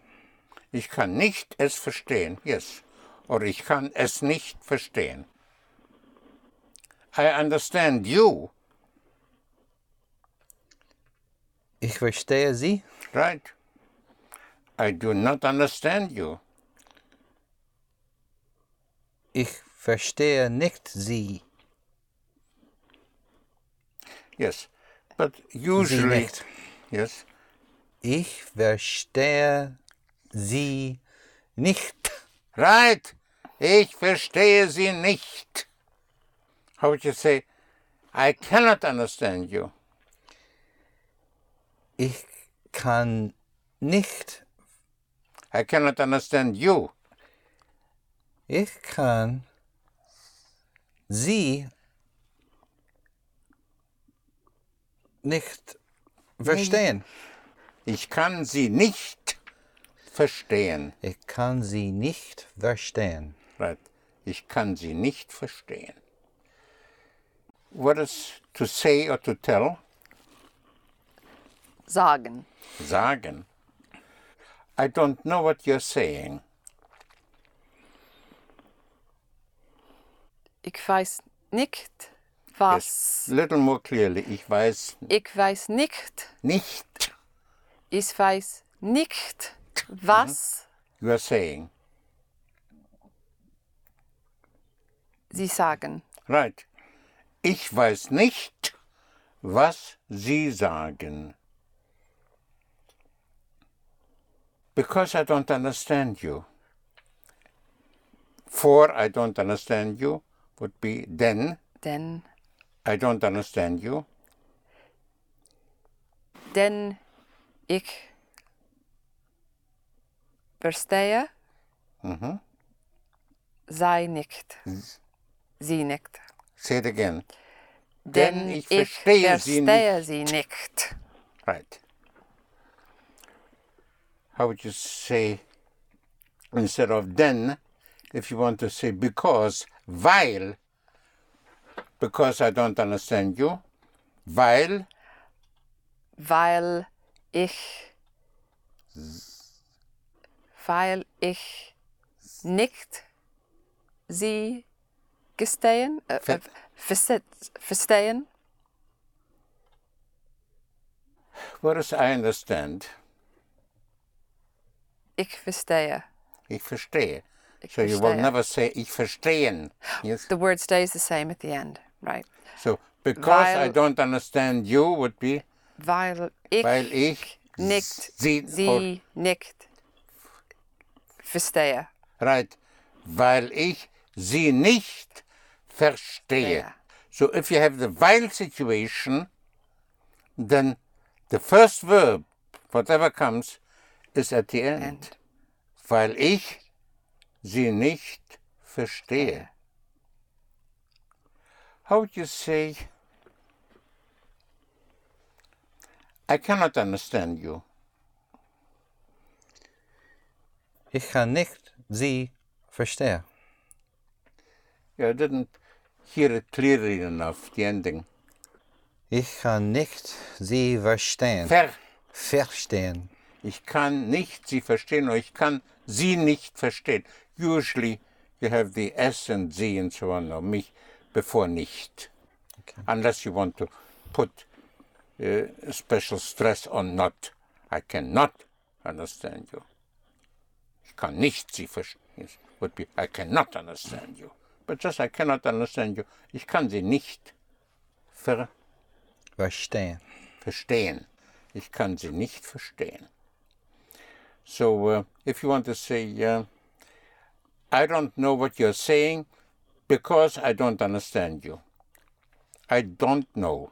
Speaker 2: Ich kann nicht es verstehen. Yes. Or ich kann es nicht verstehen. I understand you.
Speaker 3: Ich verstehe sie.
Speaker 2: Right. I do not understand you.
Speaker 3: Ich verstehe nicht sie.
Speaker 2: Yes. But usually,
Speaker 3: nicht.
Speaker 2: yes,
Speaker 3: Ich verstehe sie nicht.
Speaker 2: right, ich verstehe sie nicht. How would you say, I cannot understand you.
Speaker 3: Ich kann nicht.
Speaker 2: I cannot understand you.
Speaker 3: Ich kann sie nicht verstehen.
Speaker 2: Ich kann sie nicht verstehen.
Speaker 3: Ich kann sie nicht verstehen.
Speaker 2: Right. Ich kann sie nicht verstehen. What is to say or to tell?
Speaker 4: Sagen.
Speaker 2: Sagen. I don't know what you're saying.
Speaker 4: Ich weiß nicht, was.
Speaker 2: Little more clearly. Ich weiß
Speaker 4: Ich weiß nicht.
Speaker 2: nicht,
Speaker 4: Ich weiß nicht,
Speaker 2: Mhm.
Speaker 4: was
Speaker 2: you are saying.
Speaker 4: sie sagen.
Speaker 2: Right. Ich weiß nicht, was Sie sagen. Because I don't understand you. For I don't understand you would be then
Speaker 4: Denn,
Speaker 2: I don't understand you.
Speaker 4: denn ich verstehe
Speaker 2: Mm-hmm.
Speaker 4: sei nicht. Sie nicht.
Speaker 2: Say it again.
Speaker 4: Denn ich verstehe sie nicht.
Speaker 2: Right. How would you say instead of then, if you want to say because, weil, because I don't understand you, weil
Speaker 4: weil ich weil ich nicht sie gestehen äh,
Speaker 2: Ver-
Speaker 4: äh, verse- verstehen
Speaker 2: What does I understand?
Speaker 4: ich verstehe
Speaker 2: Ich verstehe.
Speaker 4: Ich
Speaker 2: so you will
Speaker 4: verstehe.
Speaker 2: never say ich verstehen. Yes.
Speaker 4: the word stays the same at the end right
Speaker 2: So because I
Speaker 4: Weil-
Speaker 2: don't understand you would be
Speaker 4: weil ich,
Speaker 2: weil ich
Speaker 4: nicht
Speaker 2: sie, or-
Speaker 4: sie nicht verstehe
Speaker 2: right weil ich sie nicht verstehe.
Speaker 4: Yeah.
Speaker 2: So if you have the weil situation then the first verb whatever comes is at the end.
Speaker 4: and
Speaker 2: weil ich sie nicht verstehe. How would you say, I cannot understand you.
Speaker 3: Ich kann nicht sie verstehen.
Speaker 2: Yeah, I didn't hear it clearly enough, the ending.
Speaker 3: Ich kann nicht sie verstehen.
Speaker 2: Ver,
Speaker 3: verstehen.
Speaker 2: ich kann nicht sie verstehen or ich kann sie nicht verstehen. Usually you have the S and sie and so on, or mich before nicht.
Speaker 3: Okay.
Speaker 2: unless you want to put uh, special stress on not. I cannot understand you. Ich kann nicht Sie verstehen. Would be I cannot understand you. But just I cannot understand you. Ich kann Sie nicht ver
Speaker 3: Verstehen.
Speaker 2: verstehen. Ich kann Sie nicht verstehen. So uh, if you want to say, uh, I don't know what you're saying because I don't understand you. I don't know.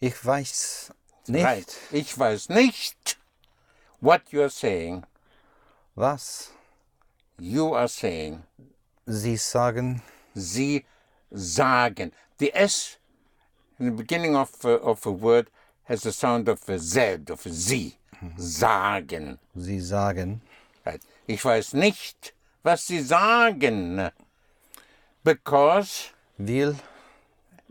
Speaker 3: Ich weiß nicht,
Speaker 2: Right. Ich weiß nicht, what you're saying.
Speaker 3: was
Speaker 2: You are saying.
Speaker 3: sie sagen.
Speaker 2: Sie sagen. The S in the beginning of, uh, of a word has the sound of a Z, of a Z. Sagen.
Speaker 3: Sie sagen.
Speaker 2: Right. Ich weiß nicht, was Sie sagen. Because,
Speaker 3: Will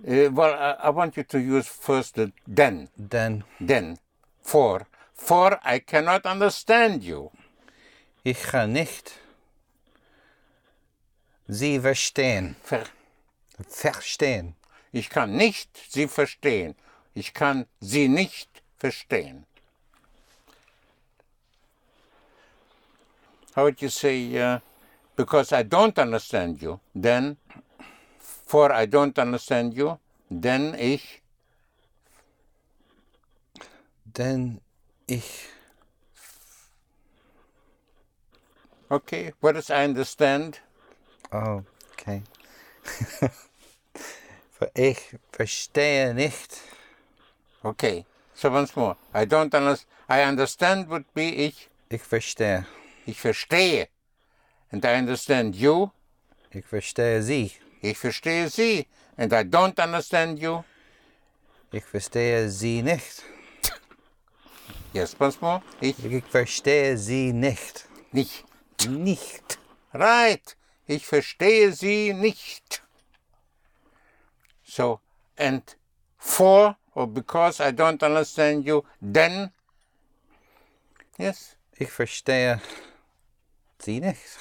Speaker 2: uh, well, I, I want you to use first the then.
Speaker 3: denn
Speaker 2: Then. For. For I cannot understand you.
Speaker 3: ich kann nicht sie verstehen.
Speaker 2: Ver
Speaker 3: Verstehen.
Speaker 2: Ich kann nicht sie verstehen. Ich kann sie nicht verstehen. How would you say, uh, because I don't understand you, then for I don't understand you, denn ich
Speaker 3: Denn ich.
Speaker 2: Okay, what is I understand?
Speaker 3: Oh, okay. Ver- ich verstehe nicht.
Speaker 2: Okay, so once more. I don't understand. I understand would be ich,
Speaker 3: Ich verstehe.
Speaker 2: ich verstehe. And I understand you,
Speaker 3: Ich verstehe sie.
Speaker 2: ich verstehe sie. And I don't understand you.
Speaker 3: Ich verstehe sie nicht.
Speaker 2: Yes, once more. Ich
Speaker 3: Ich verstehe sie nicht.
Speaker 2: nicht.
Speaker 3: Nicht.
Speaker 2: Right, ich verstehe sie nicht. So, and for or because I don't understand you, then. Yes,
Speaker 3: Ich verstehe sie nicht.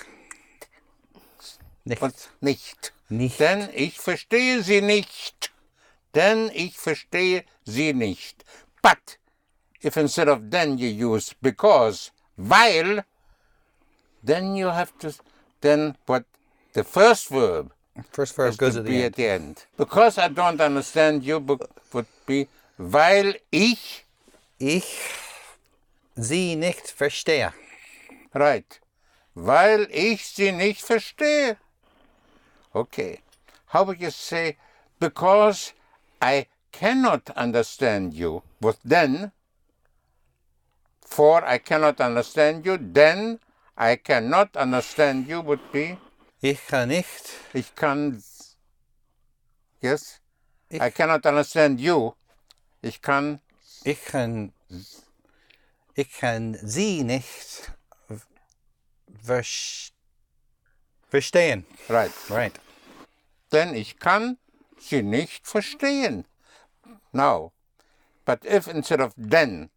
Speaker 3: Nicht.
Speaker 2: und nicht.
Speaker 3: Nicht.
Speaker 2: Denn ich verstehe sie nicht. Denn ich verstehe sie nicht. But if instead of then you use because, weil, then you have to, then what the first verb
Speaker 3: First verb goes
Speaker 2: to
Speaker 3: at
Speaker 2: be
Speaker 3: the end.
Speaker 2: at the end. Because I don't understand you bu- would be, weil ich,
Speaker 3: Ich sie nicht verstehe.
Speaker 2: right, weil ich sie nicht verstehe. Okay. How would you say, because I cannot understand you, but then, for I cannot understand you, then I cannot understand you would be,
Speaker 3: Ich kann nicht.
Speaker 2: ich kann, yes,
Speaker 3: Ich-
Speaker 2: I cannot understand you, ich kann,
Speaker 3: Ich kann. Ich kann sie nicht vers verstehen.
Speaker 2: right.
Speaker 3: Right.
Speaker 2: denn ich kann sie nicht verstehen. Now, but if instead of then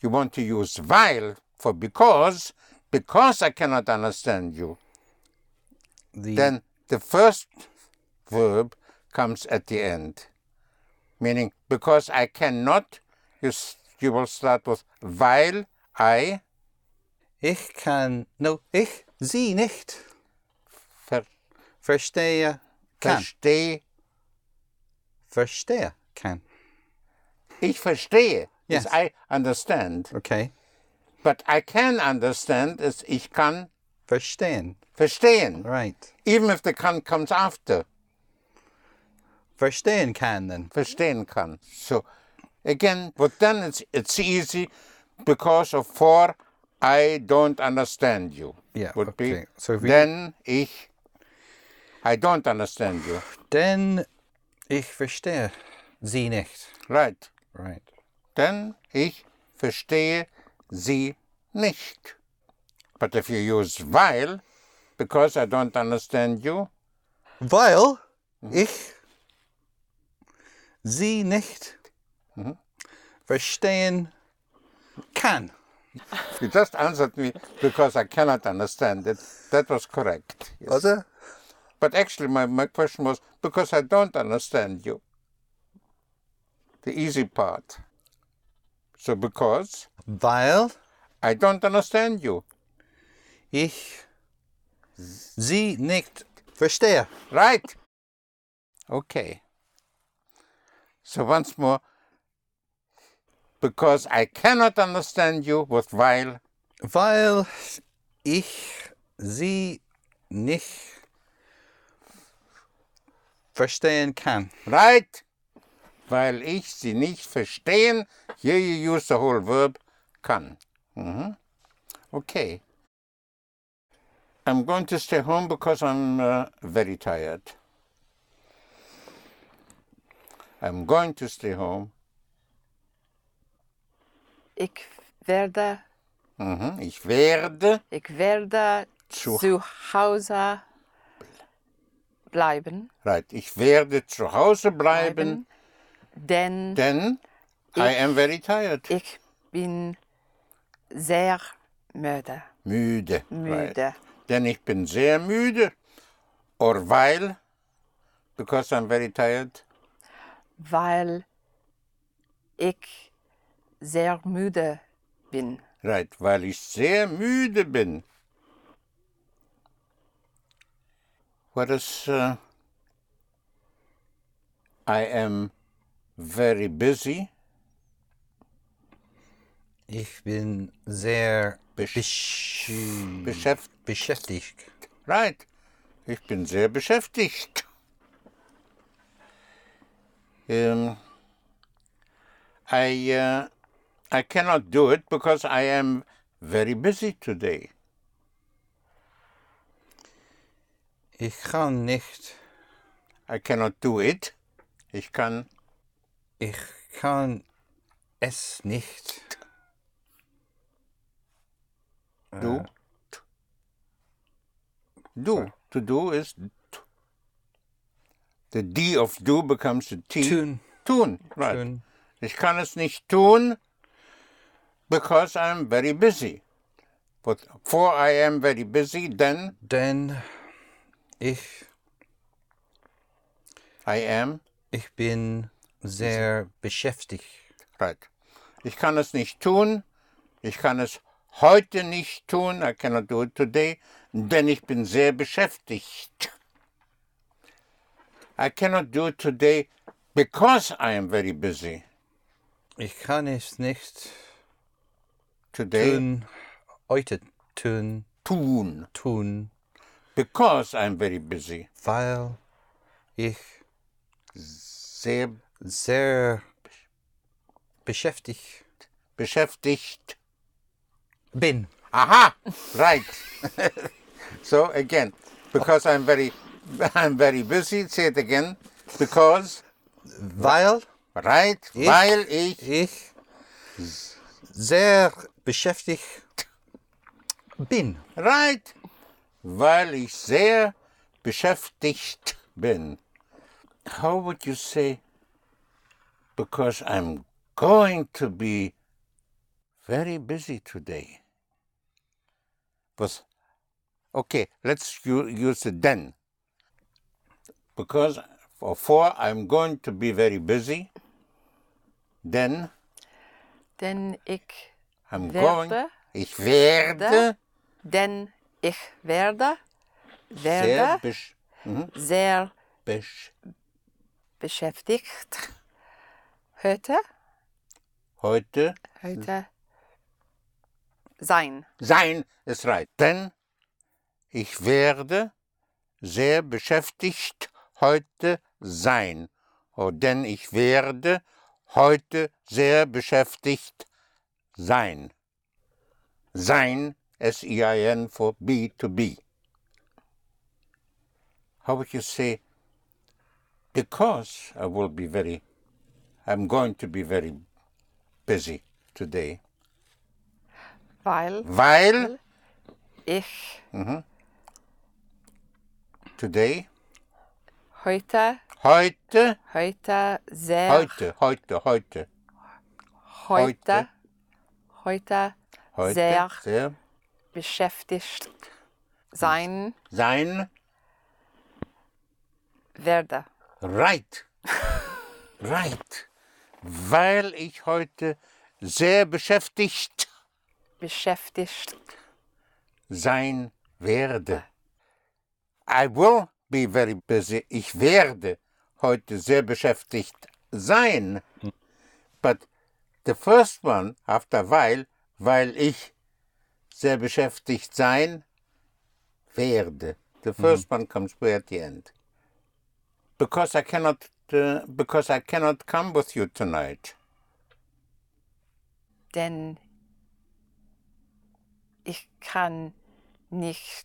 Speaker 2: you want to use weil for because, because I cannot understand you,
Speaker 3: The,
Speaker 2: then the first verb comes at the end. Meaning, because I cannot, you, s- you will start with weil I
Speaker 3: ich kann. No, ich sie nicht
Speaker 2: ver
Speaker 3: verstehe. Kann.
Speaker 2: verstehe.
Speaker 3: verstehe. Kann.
Speaker 2: Ich verstehe.
Speaker 3: Yes.
Speaker 2: Is I understand.
Speaker 3: Okay.
Speaker 2: But I can understand is ich kann
Speaker 3: Verstehen.
Speaker 2: verstehen.
Speaker 3: Right.
Speaker 2: even if the kann comes after,
Speaker 3: Verstehen kann then.
Speaker 2: verstehen kann. So again, but then it's it's easy because of for I don't understand you.
Speaker 3: Yeah,
Speaker 2: would
Speaker 3: okay.
Speaker 2: be
Speaker 3: So if we-
Speaker 2: then ich I don't understand you.
Speaker 3: Denn ich verstehe sie nicht.
Speaker 2: Right.
Speaker 3: Right.
Speaker 2: Denn ich verstehe sie nicht. But if you use weil, because I don't understand you,
Speaker 3: Weil ich sie nicht verstehen kann.
Speaker 2: you just answered me because I cannot understand it. That was correct. Yes.
Speaker 3: Also?
Speaker 2: But actually, my, my question was because I don't understand you. The easy part. So, because
Speaker 3: Weil
Speaker 2: I don't understand you.
Speaker 3: ich sie nicht verstehe.
Speaker 2: Right? Okay. So, once more, because I cannot understand you with while
Speaker 3: Weil ich sie nicht verstehen kann.
Speaker 2: Right? Weil ich sie nicht verstehen. Here you use the whole verb kann. Mhm. Okay. I'm going to stay home because I'm uh, very tired. I'm going to stay home.
Speaker 4: Ik werde,
Speaker 2: Mhm. Ich werde
Speaker 4: ik werde
Speaker 2: Zu-
Speaker 4: zu Hause bleiben.
Speaker 2: right, ich werde zu Hause bleiben,
Speaker 4: bleiben denn
Speaker 2: denn I am very tired.
Speaker 4: ich bin sehr müde.
Speaker 2: Müde. Right.
Speaker 4: Müde.
Speaker 2: denn ich bin sehr müde. Or weil, because I'm very tired.
Speaker 4: weil ich sehr müde bin.
Speaker 2: Right, weil ich sehr müde bin. What is uh, I am very busy.
Speaker 3: Ich bin sehr besch
Speaker 2: Beschäft
Speaker 3: beschäftigt.
Speaker 2: right. Ich bin sehr beschäftigt. Um, I uh, I cannot do it because I am very busy today.
Speaker 3: Ich kann nicht.
Speaker 2: I cannot do it. Ich kann
Speaker 3: Ich kann es nicht.
Speaker 2: do. Do. To do is t- the D of do becomes the T.
Speaker 3: Tun.
Speaker 2: Tun. Right.
Speaker 3: Tun.
Speaker 2: Ich kann es nicht tun, because I'm very busy. But for I am very busy, then
Speaker 3: Denn ich,
Speaker 2: I am
Speaker 3: ich bin sehr beschäftigt.
Speaker 2: right. Ich kann es nicht tun. Ich kann es heute nicht tun. I cannot do it today, denn ich bin sehr beschäftigt. I cannot do it today because I am very busy.
Speaker 3: Ich kann es nicht
Speaker 2: Today,
Speaker 3: tun, heute tun,
Speaker 2: tun.
Speaker 3: tun,
Speaker 2: Because I'm very busy.
Speaker 3: weil ich
Speaker 2: Sehr
Speaker 3: sehr beschäftigt
Speaker 2: beschäftigt.
Speaker 3: bin.
Speaker 2: Aha, right. so again, because I'm very, I'm very busy. Say it again. Because
Speaker 3: Weil
Speaker 2: right,
Speaker 3: Ich-
Speaker 2: weil ich
Speaker 3: ich sehr beschäftigt bin.
Speaker 2: right, weil ich sehr beschäftigt bin. How would you say? Because I'm going to be very busy today. Was? Okay, let's u- use the then. Because for for I'm going to be very busy. Then
Speaker 4: Denn ich,
Speaker 2: I'm
Speaker 4: Werde.
Speaker 2: going. Ich werde
Speaker 4: denn ich werde,
Speaker 2: sehr
Speaker 4: werde sehr,
Speaker 2: besch mhm, besch
Speaker 4: beschäftigt. Heute,
Speaker 2: heute
Speaker 4: heute sein.
Speaker 2: sein ist right. Denn ich werde sehr beschäftigt heute sein. Oh, denn ich werde heute sehr beschäftigt sein. Sein, S-E-I-N for B to B. How would you say? Because I will be very, I'm going to be very busy today.
Speaker 4: Weil
Speaker 2: Weil
Speaker 4: ich
Speaker 2: today
Speaker 4: heute,
Speaker 2: Heute,
Speaker 4: heute sehr,
Speaker 2: heute, heute, heute,
Speaker 4: heute, heute,
Speaker 2: heute,
Speaker 4: sehr beschäftigt sein
Speaker 2: sein
Speaker 4: werde.
Speaker 2: Reit. Reit. Weil ich heute sehr beschäftigt
Speaker 4: Beschäftigt
Speaker 2: sein werde. I will be very busy. Ich werde heute sehr beschäftigt sein. But the first one after weil, weil ich sehr beschäftigt sein werde. The first one comes way at the end. Because I cannot uh, because I cannot come with you tonight.
Speaker 4: denn ich kann nicht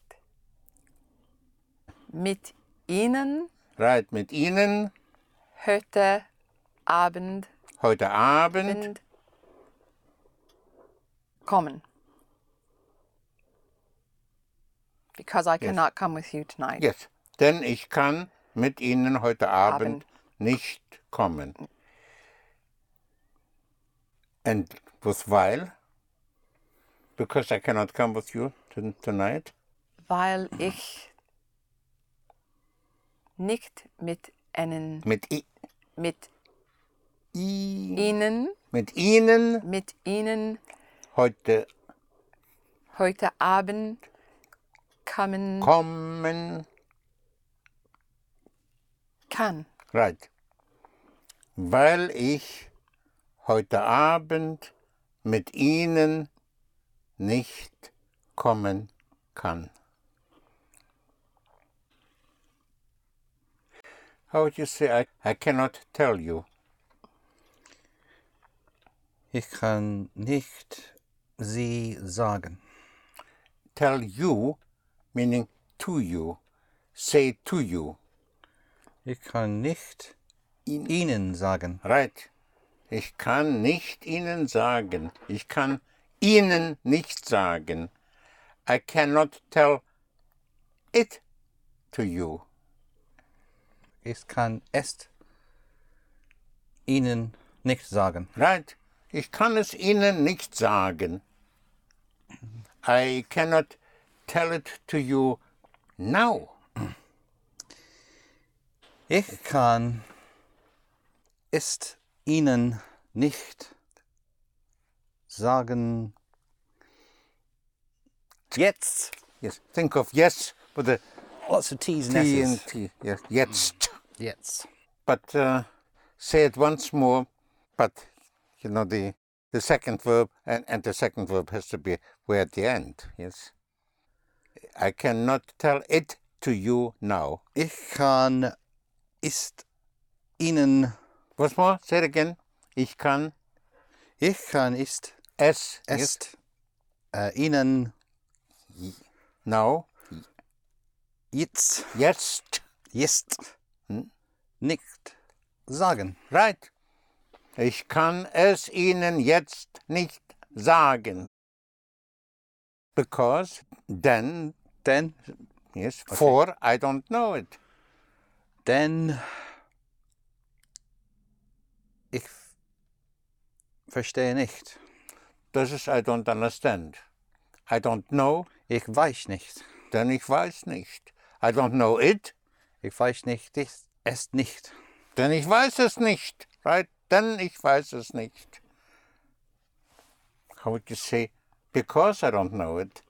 Speaker 4: mit Ihnen
Speaker 2: Right, mit Ihnen
Speaker 4: heute Abend
Speaker 2: heute Abend
Speaker 4: kommen. Because I cannot come with you tonight.
Speaker 2: Yes, denn ich kann mit Ihnen heute Abend,
Speaker 4: Abend.
Speaker 2: nicht kommen. And with weil? Because I cannot come with you ton- tonight.
Speaker 4: Weil ich nicht mit Ihnen,
Speaker 2: Mit, I,
Speaker 4: mit
Speaker 2: I,
Speaker 4: Ihnen,
Speaker 2: mit Ihnen
Speaker 4: mit Ihnen
Speaker 2: heute
Speaker 4: heute Abend kommen
Speaker 2: kommen.
Speaker 4: kann.
Speaker 2: Right. weil ich heute Abend mit Ihnen nicht kommen kann. How would you say I, I cannot tell you?
Speaker 3: Ich kann nicht sie sagen.
Speaker 2: Tell you meaning to you, say to you.
Speaker 3: Ich kann nicht ihnen sagen.
Speaker 2: Right. Ich kann nicht Ihnen sagen. Ich kann Ihnen nicht sagen. I cannot tell it to you.
Speaker 3: Ich kann es ihnen nicht sagen.
Speaker 2: Right? Ich kann es Ihnen nicht sagen. I cannot tell it to you now.
Speaker 3: Ich kann ist ihnen nicht sagen jetzt.
Speaker 2: Yes. Think of yes with the
Speaker 3: Lots of T's and
Speaker 2: T and
Speaker 3: S's.
Speaker 2: T. Yes. Jetzt.
Speaker 3: Jetzt.
Speaker 2: But uh, say it once more. But you know the the second verb and, and the second verb has to be way at the end. Yes. I cannot tell it to you now.
Speaker 3: Ich kann ist ihnen
Speaker 2: Once more. Say it again. Ich kann
Speaker 3: ich kann ist
Speaker 2: es yes,
Speaker 3: ist äh, ihnen
Speaker 2: now
Speaker 3: jetzt
Speaker 2: jetzt
Speaker 3: jetzt hm, nicht sagen.
Speaker 2: Right. Ich kann es Ihnen jetzt nicht sagen. Because then,
Speaker 3: Denn
Speaker 2: yes, for I don't know it.
Speaker 3: denn ich verstehe nicht.
Speaker 2: Das ist I don't understand. I don't know,
Speaker 3: Ich weiß nicht.
Speaker 2: denn ich weiß nicht. I don't know it,
Speaker 3: Ich weiß nicht, ich, es nicht.
Speaker 2: denn ich weiß es nicht. Right? Denn ich weiß es nicht. How would you say? Because I don't know it.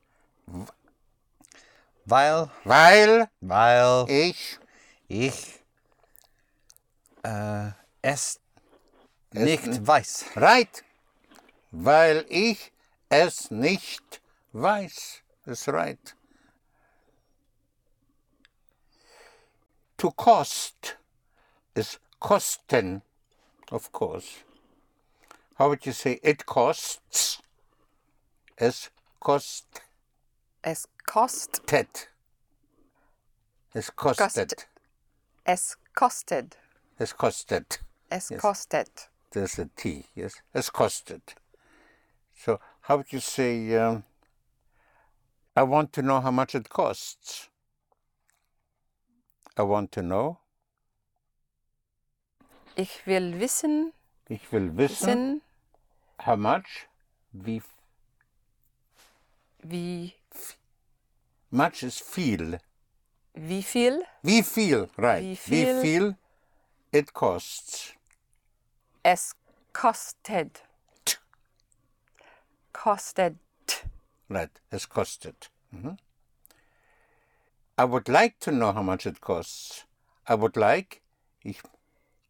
Speaker 3: Weil,
Speaker 2: Weil
Speaker 3: weil
Speaker 2: ich
Speaker 3: ich äh, es, nicht weiß.
Speaker 2: Right. Weil ich es nicht weiß. That's right. To cost is kosten, of course. How would you say it costs? Es kostet.
Speaker 4: Es kost,
Speaker 2: Es kostet.
Speaker 4: Kost- es
Speaker 2: Es
Speaker 4: kostet,
Speaker 2: kostet.
Speaker 4: es kostet.
Speaker 2: There's a T, yes? It's costed. So how would you say, um, I want to know how much it costs? I want to know.
Speaker 4: Ich will wissen,
Speaker 2: Ich will wissen,
Speaker 4: wissen
Speaker 2: how much, wie f-
Speaker 4: wie,
Speaker 2: much is viel.
Speaker 4: wie viel
Speaker 2: Wie viel, right.
Speaker 4: Wie
Speaker 2: Wie
Speaker 4: viel-
Speaker 2: viel it costs.
Speaker 4: es kostet.
Speaker 2: T.
Speaker 4: Kostet.
Speaker 2: Right, it's costed. Mhm. I would like to know how much it costs. I would like, ich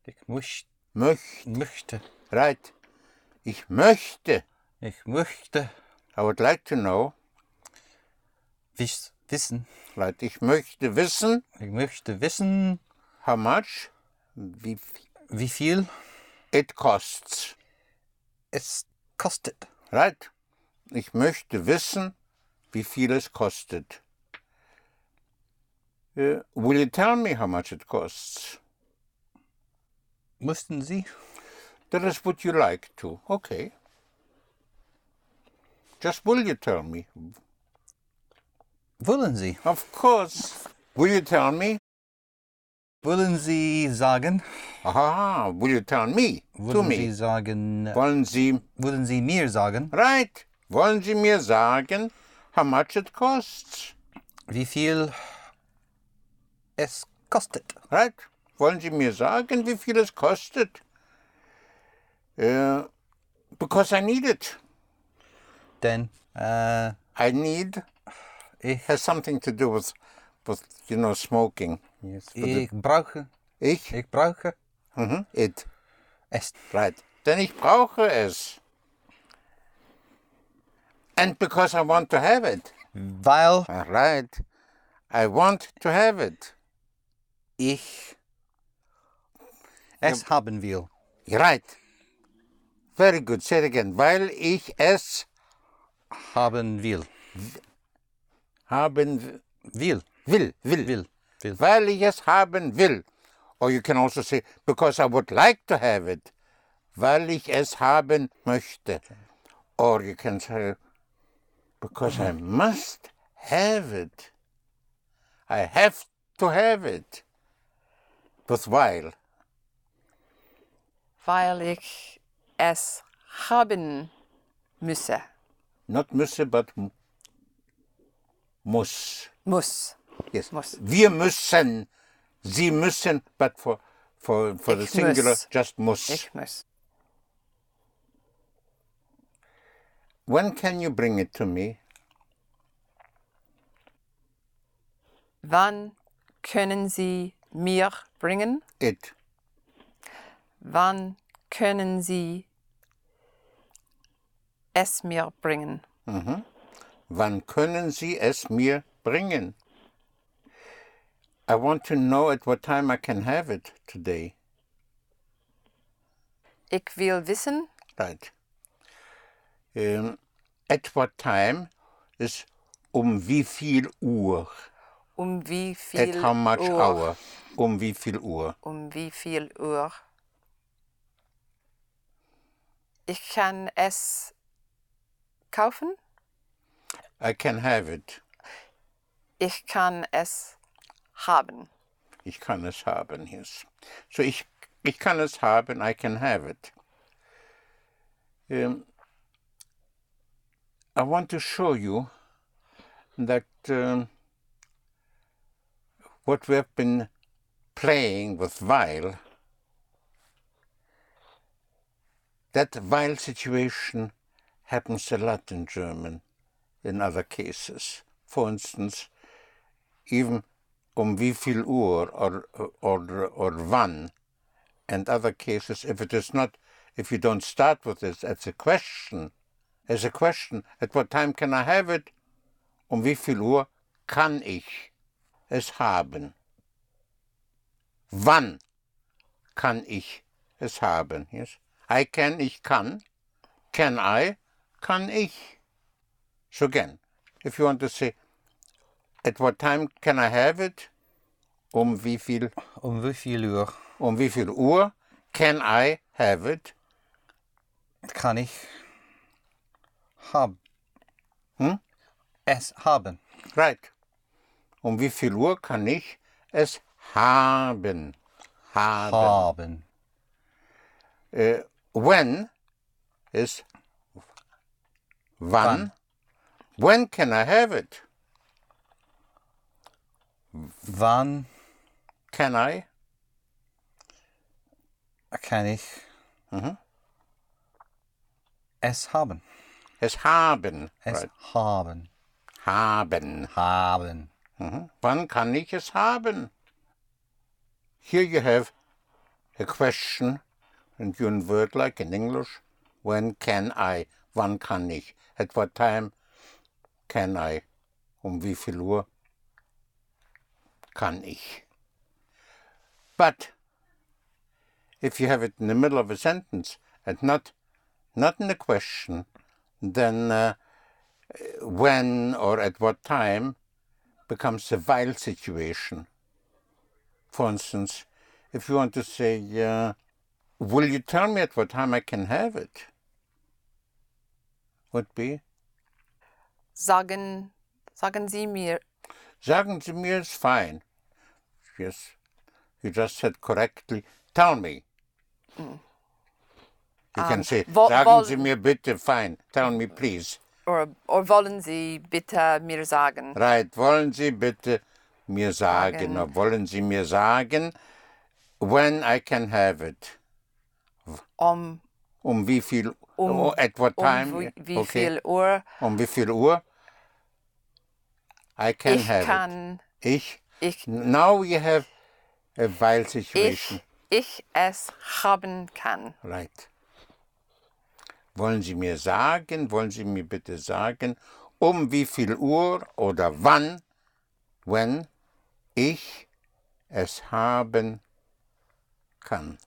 Speaker 3: Ich möcht,
Speaker 2: möchte,
Speaker 3: möchte,
Speaker 2: right. Ich möchte
Speaker 3: ich möchte
Speaker 2: I would like to know,
Speaker 3: wiss, wissen,
Speaker 2: right, ich möchte wissen,
Speaker 3: ich möchte wissen,
Speaker 2: how much, wie viel
Speaker 3: wie viel
Speaker 2: it costs,
Speaker 3: es kostet.
Speaker 2: right? Ich möchte wissen, wie viel es kostet. Äh, will you tell me how much it costs?
Speaker 3: Mussten Sie?
Speaker 2: That is what you like to. Okay. Just will you tell me?
Speaker 3: Wollen Sie?
Speaker 2: Of course. Will you tell me?
Speaker 3: Wollen Sie sagen?
Speaker 2: Aha, will you tell me? to
Speaker 3: Wollen
Speaker 2: me.
Speaker 3: Sie sagen?
Speaker 2: Wollen Sie
Speaker 3: Wollen Sie mir sagen,
Speaker 2: Right. Wollen Sie mir sagen, how much it costs?
Speaker 3: wie viel es kostet?
Speaker 2: Right. Wollen Sie mir sagen, wie viel es kostet? Äh, because I need it.
Speaker 3: Denn äh,
Speaker 2: I need
Speaker 3: ich,
Speaker 2: has something to do with, with you know, smoking. Yes.
Speaker 3: ich brauche,
Speaker 2: Ich,
Speaker 3: ich brauche
Speaker 2: mhm, it.
Speaker 3: es.
Speaker 2: Right. Denn ich brauche es. And because I want to have it.
Speaker 3: Weil
Speaker 2: Right. I want to have it.
Speaker 3: ich es haben will.
Speaker 2: Right. Very good. Say it again. Weil ich es
Speaker 3: Haben will.
Speaker 2: haben w-
Speaker 3: Will.
Speaker 2: will. Will.
Speaker 3: Will. Will.
Speaker 2: Weil ich es haben will. Or you can also say, because I would like to have it. Weil ich es haben möchte. Or you can say, because I must have it. I have to have it. With weil.
Speaker 4: weil ich es haben müsse,
Speaker 2: Not müsse, but m- muss.
Speaker 4: muss.
Speaker 2: Yes.
Speaker 4: Muss.
Speaker 2: Wir müssen, Sie müssen, but for, for, for the
Speaker 4: Ich
Speaker 2: singular,
Speaker 4: muss.
Speaker 2: just muss.
Speaker 4: Ich muss.
Speaker 2: When can you bring it to me?
Speaker 4: Wann können Sie mir bringen?
Speaker 2: It.
Speaker 4: Wann können Sie es mir bringen?
Speaker 2: Wann können Sie es mir bringen? I want to know at what time I can have it today.
Speaker 4: Ich will wissen,
Speaker 2: Right. Um, at what time is um wie viel Uhr?
Speaker 4: um wie viel
Speaker 2: At how much
Speaker 4: Uhr,
Speaker 2: hour? Um wie viel Uhr?
Speaker 4: um wie viel Uhr. Ich kann es kaufen.
Speaker 2: I can have it.
Speaker 4: Ich kann es haben.
Speaker 2: Ich kann es haben, yes. So ich, ich kann es haben, I can have it. Um, I want to show you that um, what we have been playing with while, that while situation happens a lot in German in other cases. For instance, even um wie viel Uhr or, or, or wann, and other cases, if it is not, if you don't start with this as a question, as a question, at what time can I have it? Um wie viel Uhr kann ich es haben? Wann kann ich es haben? Yes? I can, ich kann. Can I? Kann ich. So again, if you want to say, at what time can I have it? Um wie viel,
Speaker 3: Um wie viel Uhr
Speaker 2: um wie viel Uhr can I have it?
Speaker 3: kann ich haben?
Speaker 2: Hm?
Speaker 3: Es haben.
Speaker 2: Right. Um wie viel Uhr kann ich es haben? Haben.
Speaker 3: Haben.
Speaker 2: Äh, when is wann? When can I have it?
Speaker 3: Wann
Speaker 2: Can I?
Speaker 3: kann ich mhm. es haben?
Speaker 2: Es haben.
Speaker 3: Es
Speaker 2: Right.
Speaker 3: haben.
Speaker 2: Haben.
Speaker 3: Haben.
Speaker 2: Mhm. Wann kann ich es haben? Here you have a question and you invert like in English. When can I? Wann kann ich? At what time can I? Um wie viel Uhr kann ich? But if you have it in the middle of a sentence and not not in a question, then uh, when or at what time becomes a while situation. For instance, if you want to say, uh, Will you tell me at what time I can have it? Would be,
Speaker 4: Sagen, sagen Sie mir,
Speaker 2: Sagen Sie mir is fine. Yes, you just said correctly, Tell me. You can say,
Speaker 4: wo-
Speaker 2: Sagen
Speaker 4: woll-
Speaker 2: Sie mir bitte, fine. Tell me, please.
Speaker 4: oder, oder wollen Sie bitte mir sagen?
Speaker 2: Right, wollen Sie bitte mir sagen,
Speaker 4: Sagen.
Speaker 2: oder wollen Sie mir sagen, when I can have it?
Speaker 4: Um,
Speaker 2: Um wie viel?
Speaker 4: Um-
Speaker 2: oh, at what
Speaker 4: um
Speaker 2: time?
Speaker 4: wie, wie
Speaker 2: okay.
Speaker 4: viel Uhr
Speaker 2: Um wie viel Uhr? I can
Speaker 4: ich
Speaker 2: have
Speaker 4: kann,
Speaker 2: it. Ich.
Speaker 4: ich,
Speaker 2: Now we have a while situation.
Speaker 4: ich es haben kann.
Speaker 2: Right. Wollen Sie mir sagen, wollen Sie mir bitte sagen, um wie viel Uhr oder wann, wenn ich es haben kann?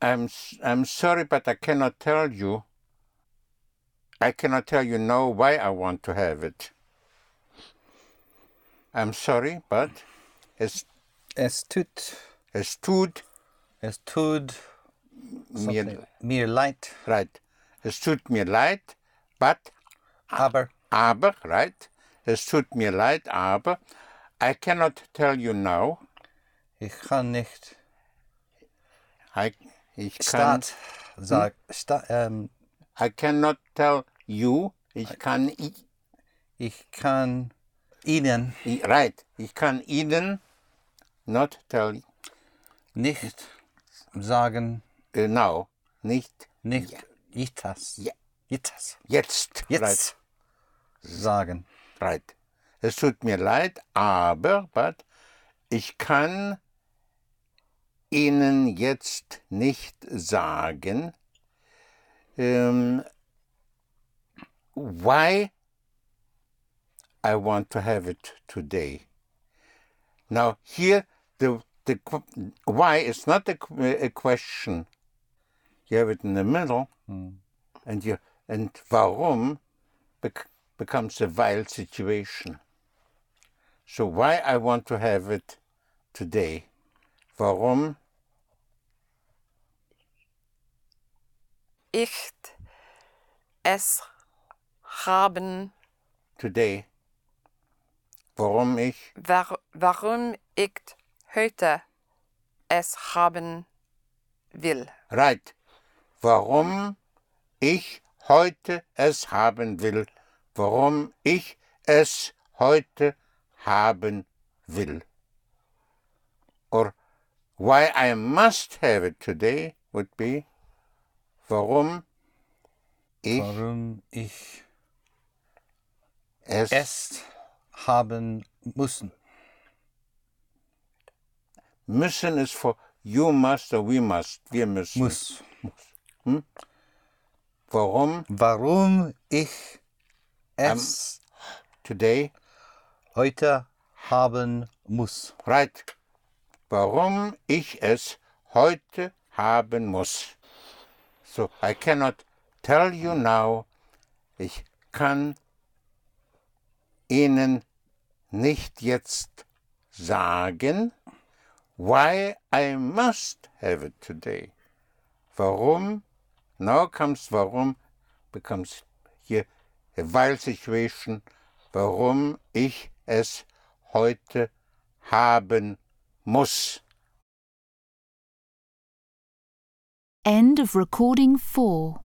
Speaker 2: I'm, s- I'm sorry, but I cannot tell you. I cannot tell you now why I want to have it. I'm sorry, but es,
Speaker 3: Es tut,
Speaker 2: es tut
Speaker 3: es tut
Speaker 2: mir
Speaker 3: mir leid,
Speaker 2: Right. Es tut mir leid, but, Ah.
Speaker 3: aber
Speaker 2: aber, right? Es tut mir leid, aber, I cannot tell you now.
Speaker 3: ich kann nicht
Speaker 2: I, ich kann, Hm?
Speaker 3: Staat sagen. Sta, ähm,
Speaker 2: I cannot tell you. Ich kann, i,
Speaker 3: ich kann Ihnen
Speaker 2: i, right. Ich kann Ihnen not tell
Speaker 3: nicht sagen,
Speaker 2: äh, now. Nicht
Speaker 3: nicht itas,
Speaker 2: Ja.
Speaker 3: itas,
Speaker 2: jetzt. Right.
Speaker 3: jetzt sagen.
Speaker 2: right. Es tut mir leid, aber, but, ich kann Ihnen jetzt nicht sagen, ähm, why I want to have it today. Now, here, the, the qu- why is not a, qu- a question. You have it in the middle, and, you, and warum bec- becomes a wild situation. So, why I want to have it today? Warum?
Speaker 4: Ich es haben,
Speaker 2: today. Warum ich
Speaker 4: war, warum ich heute es haben will.
Speaker 2: right. Warum ich heute es haben will. Warum ich es heute haben will. Or why I must have it today would be warum ich
Speaker 3: Warum ich
Speaker 2: es,
Speaker 3: es haben müssen.
Speaker 2: müssen ist for you must or we must. Wir müssen.
Speaker 3: Muss.
Speaker 2: Warum
Speaker 3: Warum ich es
Speaker 2: today
Speaker 3: heute haben muss.
Speaker 2: Right. Warum ich es heute haben muss. So, I cannot tell you now. Ich kann Ihnen nicht jetzt sagen, why I must have it today. Warum? Now comes warum, becomes here a wild situation, warum ich es heute haben muss.
Speaker 1: End of recording 4.